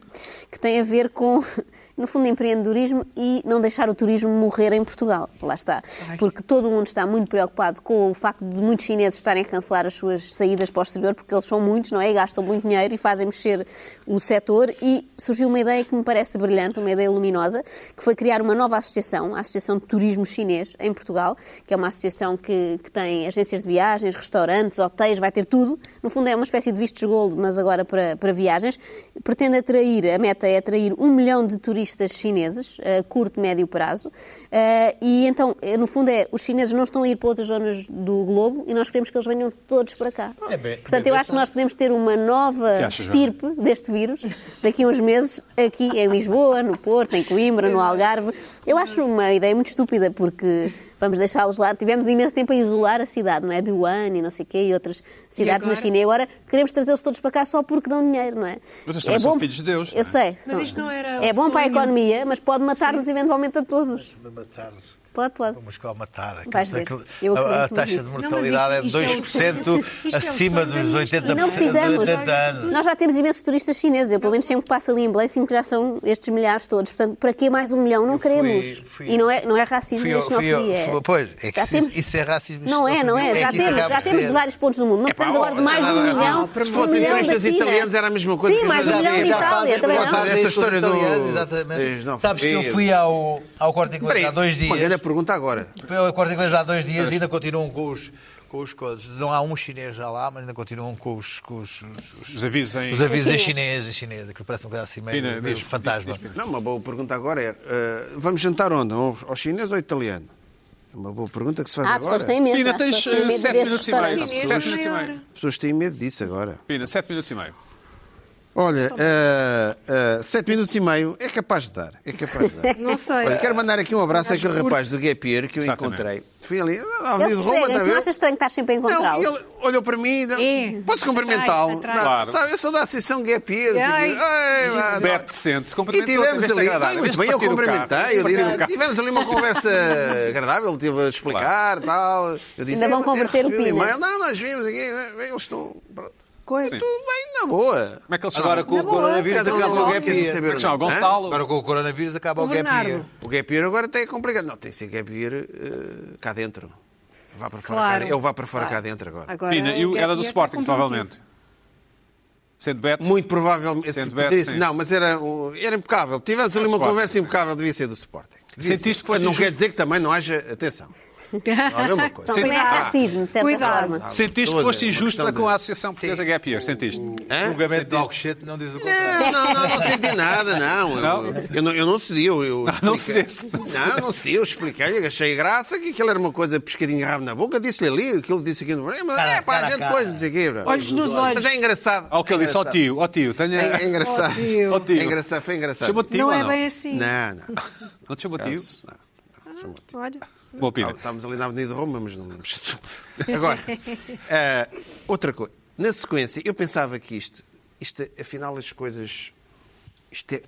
S2: que tem a ver com, no fundo, empreendedorismo e não deixar o turismo morrer em Portugal. Lá está. Porque todo o mundo está muito preocupado com o facto de muitos chineses estarem a cancelar as suas saídas para o exterior, porque eles são muitos, não é? E gastam muito dinheiro e fazem mexer o setor. E surgiu uma ideia que me parece brilhante, uma ideia luminosa, que foi criar uma nova associação, a Associação de Turismo Chinês em Portugal, que é uma associação que, que tem agências de viagens, restaurantes, hotéis, vai ter tudo. No fundo é uma espécie de vistos gold, mas agora para, para viagens. Pretende atrair, a meta é atrair um milhão de turistas chineses, a curto, médio prazo. Eh, e então, eh, no fundo é, os chineses não estão a ir para outras zonas do globo e nós queremos que eles venham todos para cá.
S6: É bem-
S2: Portanto,
S6: bem
S2: eu acho que nós podemos ter uma nova
S1: Que achas, Joana?
S2: estirpe estirpe deste vírus daqui a uns meses, aqui em Lisboa, no Porto, em Coimbra, no Algarve. Eu acho uma ideia muito estúpida, porque vamos deixá-los lá. Tivemos imenso tempo a isolar a cidade, não é? De Wuhan e não sei o quê, e outras cidades na
S3: agora?
S2: China. E agora queremos trazê-los todos para cá só porque dão dinheiro, não é?
S1: Mas eles
S2: é
S1: também são filhos de Deus, não
S2: Eu
S1: é?
S2: sei.
S3: Mas isto não era
S2: É
S3: o
S2: bom para a
S3: sonho.
S2: economia, mas pode matar-nos eventualmente a todos.
S6: Para matar-los.
S2: Pode, pode.
S6: Vamos cá matar.
S2: Vais ver.
S6: Aquilo-
S2: Eu
S6: a, a
S2: acredito
S6: taxa de
S2: nisso.
S6: mortalidade
S3: Não, mas isto-
S6: é
S3: isto
S6: de
S3: é o
S6: 2%
S3: sonho- isto é o
S6: acima
S3: sonho da
S6: dos
S3: ministra.
S6: 80%
S2: E não
S6: de
S2: precisamos.
S6: 80 anos.
S2: Nós já temos imensos turistas chineses. Eu, pelo menos, sempre que passo ali em Belém, sinto que já são estes milhares todos. Portanto, para que mais um milhão? Não
S6: fui-
S2: queremos.
S6: fui-
S2: e não é, não é racismo,
S6: Fui,
S2: nem
S6: eu- fui, eu-
S2: xenofobia.
S6: fui- pois, é que
S2: Já
S6: isso,
S2: temos-
S6: isso é racismo.
S2: Não é, não é.
S6: xenofobia,
S2: Já
S6: que isso
S2: temos,
S6: acaba
S2: já
S6: por
S2: temos
S6: ser-
S2: de vários pontos do mundo. Não precisamos agora de mais de um milhão.
S5: Se
S2: um
S5: fossem
S2: milhão da
S5: turistas
S2: China.
S5: italianos era a mesma coisa.
S2: Sim,
S5: que
S2: mais um
S5: fazer.
S2: milhão de
S5: Já fazem
S2: Itália, também
S5: por
S2: não?
S5: causa dessa história do...
S6: Italiano, Exatamente.
S5: Não,
S6: Sabes que eu fui ao, ao quarto inglês há dois
S5: Uma grande
S6: dias.
S5: pergunta agora.
S6: Fui ao quarto inglês há dois dias e ainda continuam com os, com os coisas. Não há um chinês já lá, mas ainda continuam com os, com os, os- os-
S1: Os avisos em.
S6: os avisos em chinês, em chinês, que parece uma coisa assim meio,
S1: Pina,
S6: meio
S1: diz- diz-
S6: fantasma.
S1: diz, Pina.
S5: Não, uma boa pergunta agora é: eh, vamos jantar onde? Ao ao chinês ou ao italiano? É uma boa pergunta que se faz
S2: Há
S5: agora.
S2: pessoas que têm medo.
S1: Pina,
S2: há
S1: tens
S2: pessoas que têm medo
S1: 7
S2: desses
S1: minutos e meio.
S2: restaurantes.
S3: Chinês
S1: 7 minutos e
S3: maior.
S1: meio.
S5: As pessoas têm medo disso agora.
S1: Pina, 7 minutos e meio.
S5: Olha, eh, eh, sete minutos e meio é capaz de dar. É capaz de dar.
S3: Não sei.
S5: Olha, quero mandar aqui um abraço àquele rapaz do Gap Year que eu
S1: Exatamente.
S5: encontrei. Fui ali, na Avenida
S2: Ele
S5: de
S2: persegue, é
S5: Roma, tá está a
S2: que não
S5: ver?
S2: achas estranho que estás sempre a
S5: Não,
S2: encontrá-los.
S5: ele olhou para mim e
S3: É.
S5: posso cumprimentá-lo?
S3: Atrás, atrás.
S5: Não,
S1: Claro.
S5: Sabe, eu sou da Associação Gap Year.
S3: Ai,
S5: assim, ai, lá,
S1: Bete sente
S5: E
S1: completamente
S5: tivemos ali, Ai, muito bem, eu cumprimentei, eu disse, tivemos ali uma conversa agradável, ele teve a explicar, tal. Eu disse,
S2: Ainda vão
S5: "Ah,
S2: converter o
S5: recebi um
S2: Pina."
S5: e-mail. Não, nós vimos aqui, eh, eles estão pronto,
S3: Coisa.
S5: tudo bem, na boa.
S1: Como é que eles
S6: Agora
S1: chamam?
S6: com o
S3: boa,
S6: coronavírus
S5: Cada um
S6: acaba o
S5: resolve,
S6: gap
S5: quer-se
S6: year.
S5: saber
S1: Como é que chamam?
S5: o nome, hã?
S1: Gonçalo?
S6: Agora com o coronavírus acaba o gap
S3: Bernardo.
S6: year.
S5: O gap year agora tem complicado. Não, tem que ser gap year eh, cá dentro. Vá para fora,
S3: Claro.
S5: cá, ele vá para fora
S3: Claro.
S5: cá dentro agora.
S3: Agora
S1: Pina, e o-
S3: o é
S1: era
S3: Gap
S1: do
S3: Year
S1: Sporting,
S3: está comprometido.
S1: provavelmente. Sendo Beto,
S5: Muito provavelmente.
S1: Sendo Beto,
S5: disse-
S1: sim.
S5: não, mas era, um- era impecável. Tivemos ali uma
S1: Sporting.
S5: conversa impecável, devia ser do Sporting. Devia
S1: Sentiste
S5: ser.
S1: que foste
S5: Não
S1: injusto?
S5: quer dizer que também não haja. Atenção. Não há uma coisa.
S2: Não, também é
S1: Ah.
S2: racismo, de certa
S3: Cuidado.
S2: forma.
S1: sentiste
S5: estou
S1: que
S5: a
S1: foste
S5: dizer, uma
S1: injusto
S5: questão
S1: para
S5: de-
S1: com a Associação Portuguesa Gap Year, sentiste?
S5: Hã?
S6: O
S1: é
S6: julgamento de Alcochete não diz o contrário.
S5: Não, não, não, não senti nada, não. Eu-
S1: Não?
S5: Eu, não, eu não cedi. Eu, eu
S1: não
S5: expliquei.
S1: cedeste.
S5: Não, não cedi. Eu expliquei, achei graça que aquilo era uma coisa pescadinho de rabo na boca. Disse-lhe ali, aquilo disse aqui no. Mas
S6: Cara,
S5: é pá,
S6: cara,
S5: a gente
S6: cara.
S5: depois, não sei o quê. bro.
S3: Olhos nos olhos.
S5: Mas é engraçado.
S1: Ao que ele disse, ó
S5: É
S1: tio, ó tio, tenha.
S5: engraçado. É
S3: Ó
S5: engraçado.
S3: tio.
S1: Ó tio.
S5: É engraçado, foi engraçado.
S1: Chamou-te tio
S3: Não
S1: ou
S3: é
S1: não?
S3: bem assim.
S5: Não, não.
S1: Não te chamou tio?
S5: Caso- não, não, chamou-te.
S3: Olha.
S1: Boa, Pina.
S5: Tá, Estávamos ali na Avenida de Roma, mas não lembro. Agora, ah, outra coisa. Na sequência, eu pensava que isto, isto afinal, as coisas. Isto é,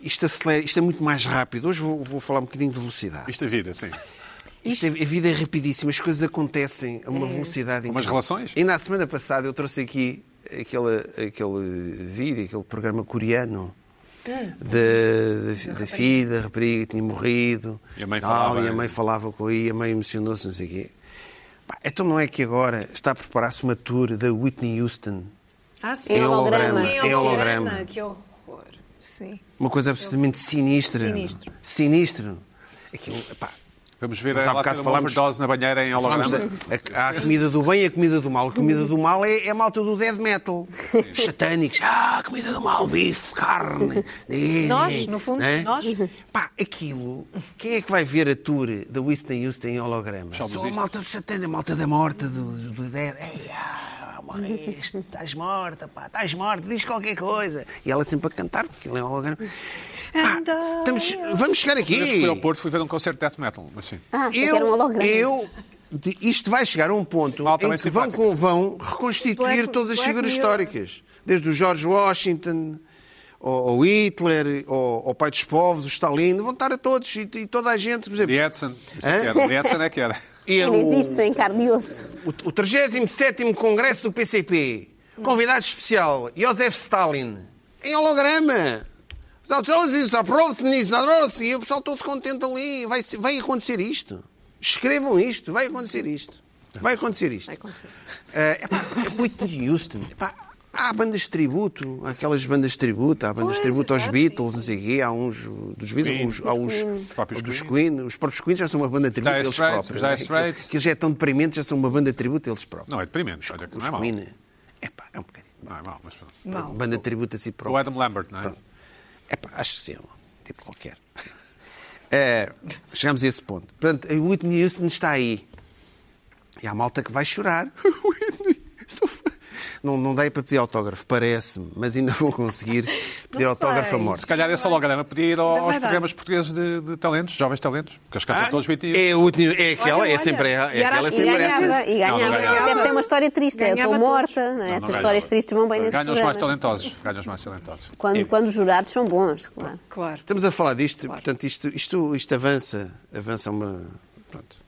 S5: isto acelera, isto é muito mais rápido. Hoje vou, vou falar um bocadinho de velocidade.
S1: Isto é vida, sim.
S5: Isto é- a vida é rapidíssima, as coisas acontecem a uma velocidade
S1: Como as
S5: incrível.
S1: relações?
S5: Ainda na semana passada eu trouxe aqui aquele, aquele vídeo, aquele programa coreano Hum. da, da, da filha, da rapariga que tinha morrido.
S1: E a mãe
S5: Tal,
S1: falava- né?
S5: E a mãe falava com ele, a mãe emocionou-se, não sei o quê. Pá, então não é que agora está a preparar-se uma tour da Whitney Houston
S3: Ah, sim.
S2: Em holograma.
S5: Em holograma.
S3: Que horror. Sim.
S5: Uma coisa absolutamente sinistra.
S3: Sinistro.
S5: Sinistro. Aquilo, epá,
S1: Vamos ver
S5: Mas há
S1: a lá
S5: bocado
S1: ter uma
S5: falámos-
S1: overdose na banheira em
S5: Falámos
S1: holograma.
S5: da- a- Há a comida do bem e a comida do mal. A comida do mal é, é a malta do death metal. Os satânicos. Ah, comida do mal, bife, carne. Eh,
S3: Nós, no fundo,
S5: né?
S3: nós.
S5: Pá, aquilo. Quem é que vai ver a tour da Whitney Houston em holograma? Só,
S1: existe.
S5: a malta do satânico, a malta da morte, do, do death. Ei, ah, morreste, estás morta, pá, estás morta, diz qualquer coisa. E ela sempre a cantar, porque aquilo é holograma. Pá,
S3: Anda.
S5: estamos- vamos chegar
S1: Eu
S5: aqui.
S1: fui ao Porto, fui ver um concerto de death metal. Mas sim.
S2: Ah, eu, quero um holograma.
S5: eu- de- isto vai chegar a um ponto
S1: Malta
S5: em
S1: bem
S5: que vão
S1: simpática.
S5: com vão reconstituir
S3: Black-
S5: todas as
S3: Black
S5: figuras
S3: Mirror.
S5: históricas. Desde o George Washington, ao, ao Hitler, ao, ao Pai dos Povos, o Stalin, vão estar a todos e, e toda a gente.
S1: De
S5: Por exemplo,
S1: Edson. Isso é que era. De Edson é que era.
S5: e
S2: Ainda existe em carne e osso.
S5: o, o 37 Congresso do PCP, convidado especial, Joseph Stalin, em holograma. Isso, aprove-se nisso, aprove-se. E o pessoal todo contente ali. Vai, se- vai acontecer isto. Escrevam isto, vai acontecer isto. Vai acontecer isto.
S3: Vai acontecer.
S5: Eh, epá, é Whitney Houston. Epá, há bandas de tributo, há aquelas bandas de tributo, há bandas de
S3: Pois,
S5: tributo aos
S3: exato.
S5: Beatles, não sei o quê, há uns uh, dos Beatles, uns, há uns
S1: próprios
S5: dos
S1: Queen.
S5: Queen. Os próprios Queen já são uma banda de tributo
S1: Dire
S5: eles
S1: Straits,
S5: próprios.
S1: os Dire
S5: não é? Aquilo-
S1: Straits.
S5: que eles já é tão deprimente, já são uma banda de tributo eles próprios.
S1: Não, é deprimente. Olha, que não
S5: Os
S1: é mau.
S5: Queen, é pá, é um bocadinho.
S1: Não é mau, mas pronto.
S3: Não.
S5: Banda de tributo a si
S1: O
S5: próprio.
S1: Adam Lambert, não é?
S5: Pronto. É pá, acho que sim, é um tipo qualquer. É, chegamos a esse ponto. Portanto, o Whitney Houston está aí. E há malta que vai chorar. Whitney, sou fã. não, não dei para pedir autógrafo, parece-me, mas ainda vou conseguir pedir
S3: Não
S5: autógrafo
S3: sei.
S5: a morte.
S1: Se calhar esse holograma pedir ao-
S3: Ainda vai
S1: aos
S3: dar.
S1: programas portugueses de, de talentos, jovens talentos, porque eles cantam
S5: Ah,
S1: todos 20
S5: é, a Whitney- é aquela,
S3: Olha,
S5: é sempre
S3: olha.
S5: ela, é
S3: E era
S5: aquela, é
S2: E
S3: assim.
S5: sempre
S2: ganhava,
S5: essa.
S2: e
S1: Não,
S2: ganhava.
S1: não ganhava.
S2: Até porque tem uma história triste. é, Eu estou
S3: Ganhava
S2: morta.
S3: todos.
S2: não é?
S1: Não, não
S2: Essas
S1: ganhava.
S2: histórias tristes vão bem nesses
S1: Ganham os mais
S2: programas.
S1: talentosos. Ganham os mais talentosos.
S2: Quando, quando os jurados são bons, claro.
S3: Claro.
S5: Estamos a falar disto, portanto, isto, isto, isto avança, avança uma. Pronto.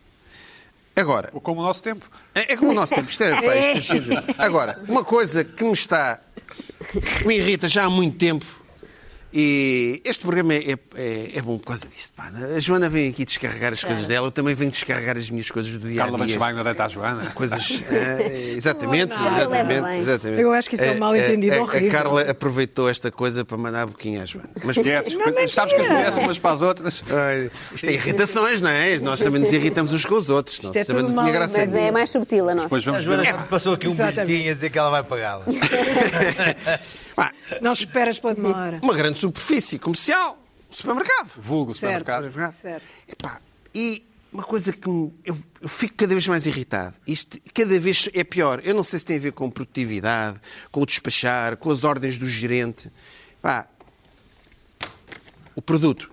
S5: Agora,
S1: Ou Como o nosso tempo.
S5: É, é como o nosso tempo. Isto é, pá, isto é giro. Agora, uma coisa que me está. que me irrita já há muito tempo. E este programa é, é- é bom por causa disso. pá. A Joana vem aqui descarregar as coisas dela, eu também venho descarregar as minhas coisas do dia a
S1: Carla Banches
S5: dia.
S1: Wagner deita à Joana.
S5: Coisas. eh, exatamente,
S3: Não, não.
S2: Leva
S5: exatamente,
S2: bem.
S5: exatamente.
S3: Eu acho que isso é um
S5: Eh,
S3: mal-entendido
S5: eh, a-
S3: horrível.
S5: A Carla aproveitou esta coisa para mandar a boquinha à Joana. Mas
S1: Mulheres, coisas- sabes que as mulheres umas para as outras.
S5: Ai, isto é irritações, não é? Nós também nos irritamos uns com os outros. Não,
S3: Isto é
S5: também
S3: tudo
S5: não tinha
S3: mal,
S5: graça
S2: Mas é
S5: nenhuma.
S2: mais subtil a nossa.
S1: Depois
S4: A
S1: vamos ver.
S4: Joana passou aqui um
S3: Exatamente.
S4: bilhetinho a dizer que ela vai pagá-la.
S5: Pá,
S3: Não esperas pela demora.
S5: uma grande superfície comercial, um supermercado.
S1: Vulgo
S3: Certo.
S1: supermercado.
S3: Certo.
S5: Epá, e uma coisa que me- eu, eu fico cada vez mais irritado. Isto cada vez é pior. Eu não sei se tem a ver com produtividade, com o despachar, com as ordens do gerente. Pá, o produto.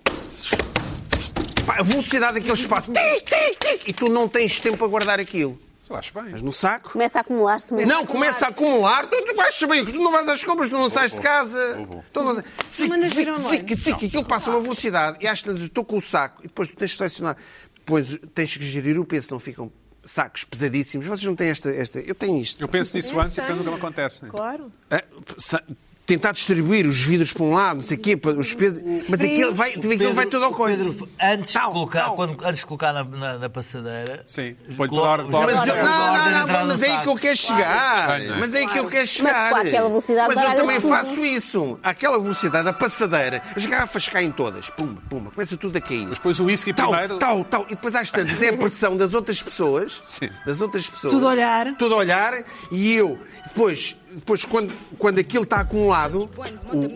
S5: Pá, a velocidade daquele espaço. Tic, tic, tic, e tu não tens tempo para guardar aquilo.
S1: Eu acho bem.
S5: Mas no saco.
S2: Começa a acumular-se mesmo.
S5: Não, começa a acumular. Tu, tu vais saber que tu não vais às compras, tu não sais de casa. Tu não... Zic,
S3: mandas
S5: zic,
S3: ir online.
S5: zic, zic, aquilo passa uma velocidade e às vezes eu estou com o saco e depois tu tens de selecionar. Depois tens que gerir o peso, não ficam sacos pesadíssimos. Vocês não têm esta. esta... Eu tenho isto.
S1: Eu penso nisso antes e portanto nunca me acontece. né?
S3: Claro.
S5: Ah, sa- Tentar distribuir os vidros para um lado, não sei o quê, para os pesos. Mas aquilo vai, aquilo vai tudo ao coisa.
S4: Pedro, antes,
S5: Tal,
S4: de colocar,
S5: tal.
S4: quando- antes de colocar na, na- na passadeira.
S1: Sim,
S4: põe
S1: põe por ordem, por
S5: Mas,
S1: ordem.
S5: eu- não, não, não, mas é aí que eu quero chegar.
S1: Claro. Claro.
S5: Mas é aí que eu quero chegar.
S2: com aquela velocidade
S5: Mas eu
S2: baralha-se
S5: também
S2: tudo.
S5: faço isso. Aquela velocidade, a passadeira, as garrafas caem todas. Pumba, pumba, começa tudo a cair.
S1: Mas depois o whisky
S5: Tal,
S1: primeiro.
S5: tal, tal. E depois às tantas é a pressão das outras pessoas.
S1: Sim.
S5: Das outras pessoas.
S3: Tudo a olhar.
S5: Tudo a olhar. E eu, depois, depois quando, quando aquilo está acumulado,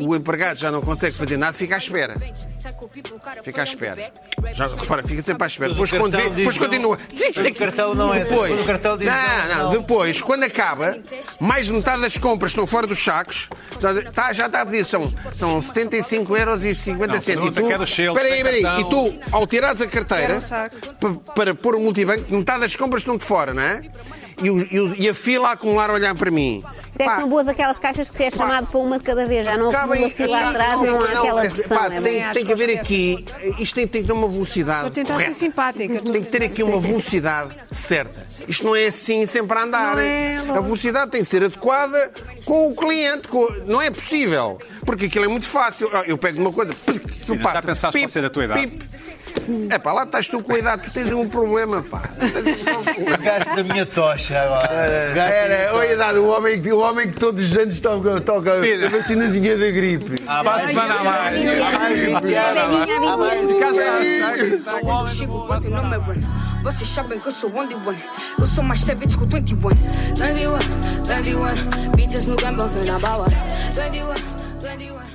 S5: o, o empregado já não consegue fazer nada, fica à espera. Fica à espera. Já, repara, fica sempre à espera. Depois,
S4: cartão
S5: quando vê-
S4: diz
S5: depois
S4: não.
S5: continua. Tic, tic.
S4: O cartão não entra.
S5: Depois.
S4: O cartão diz
S5: não, é
S4: não,
S5: não,
S4: não.
S5: Depois, quando acaba, mais de metade das compras estão fora dos sacos. Tá, já está a pedir. São, são 75 euros e 50
S1: Não,
S5: centos.
S1: pergunta, quero selos,
S5: peraí,
S1: tem
S5: peraí. E
S1: cartão.
S5: tu, ao tirares a carteira pa- para pôr o multibanco, metade das compras estão de fora, não é? E, o- e o- e a fila a acumular a olhar para mim.
S2: Até
S5: Pá,
S2: são boas aquelas caixas que é chamado para um uma de cada vez. Já não acumula fila
S5: acabem-
S2: atrás, não há aquela
S5: é-
S2: pressão.
S5: pá,
S2: é bem?
S5: tem, tem que haver aqui. Isto tem, tem que ter uma velocidade.
S3: Estou a tentar
S5: correta.
S3: ser simpática. estou a
S5: Tem que ter aqui uma velocidade certa. Isto não é assim sempre a andar.
S3: Não é,
S5: a velocidade tem que ser adequada com o cliente. com- Não é possível. Porque aquilo é muito fácil. Ah, Eu pego uma coisa, pss, tu
S1: Já
S5: passa.
S1: pensaste que pode ser da tua idade?
S5: pip. É pá, lá estás tu com a idade, tu tens um problema, pá. Tu tens um problema.
S6: Gasto da minha tocha agora.
S4: É,
S6: Gasto da minha
S5: Era,
S6: tocha.
S5: olha a idade, o homem, que- o homem que todos os anos toca, toca a vacinazinha da gripe.
S1: Para a semana a mais. Cá está, está, está.
S7: Chico quanto número one. Vocês sabem que eu sou only one. Eu sou mais savage que o 21. 21, 21. Bitches no gambles e na bala. 21, 21.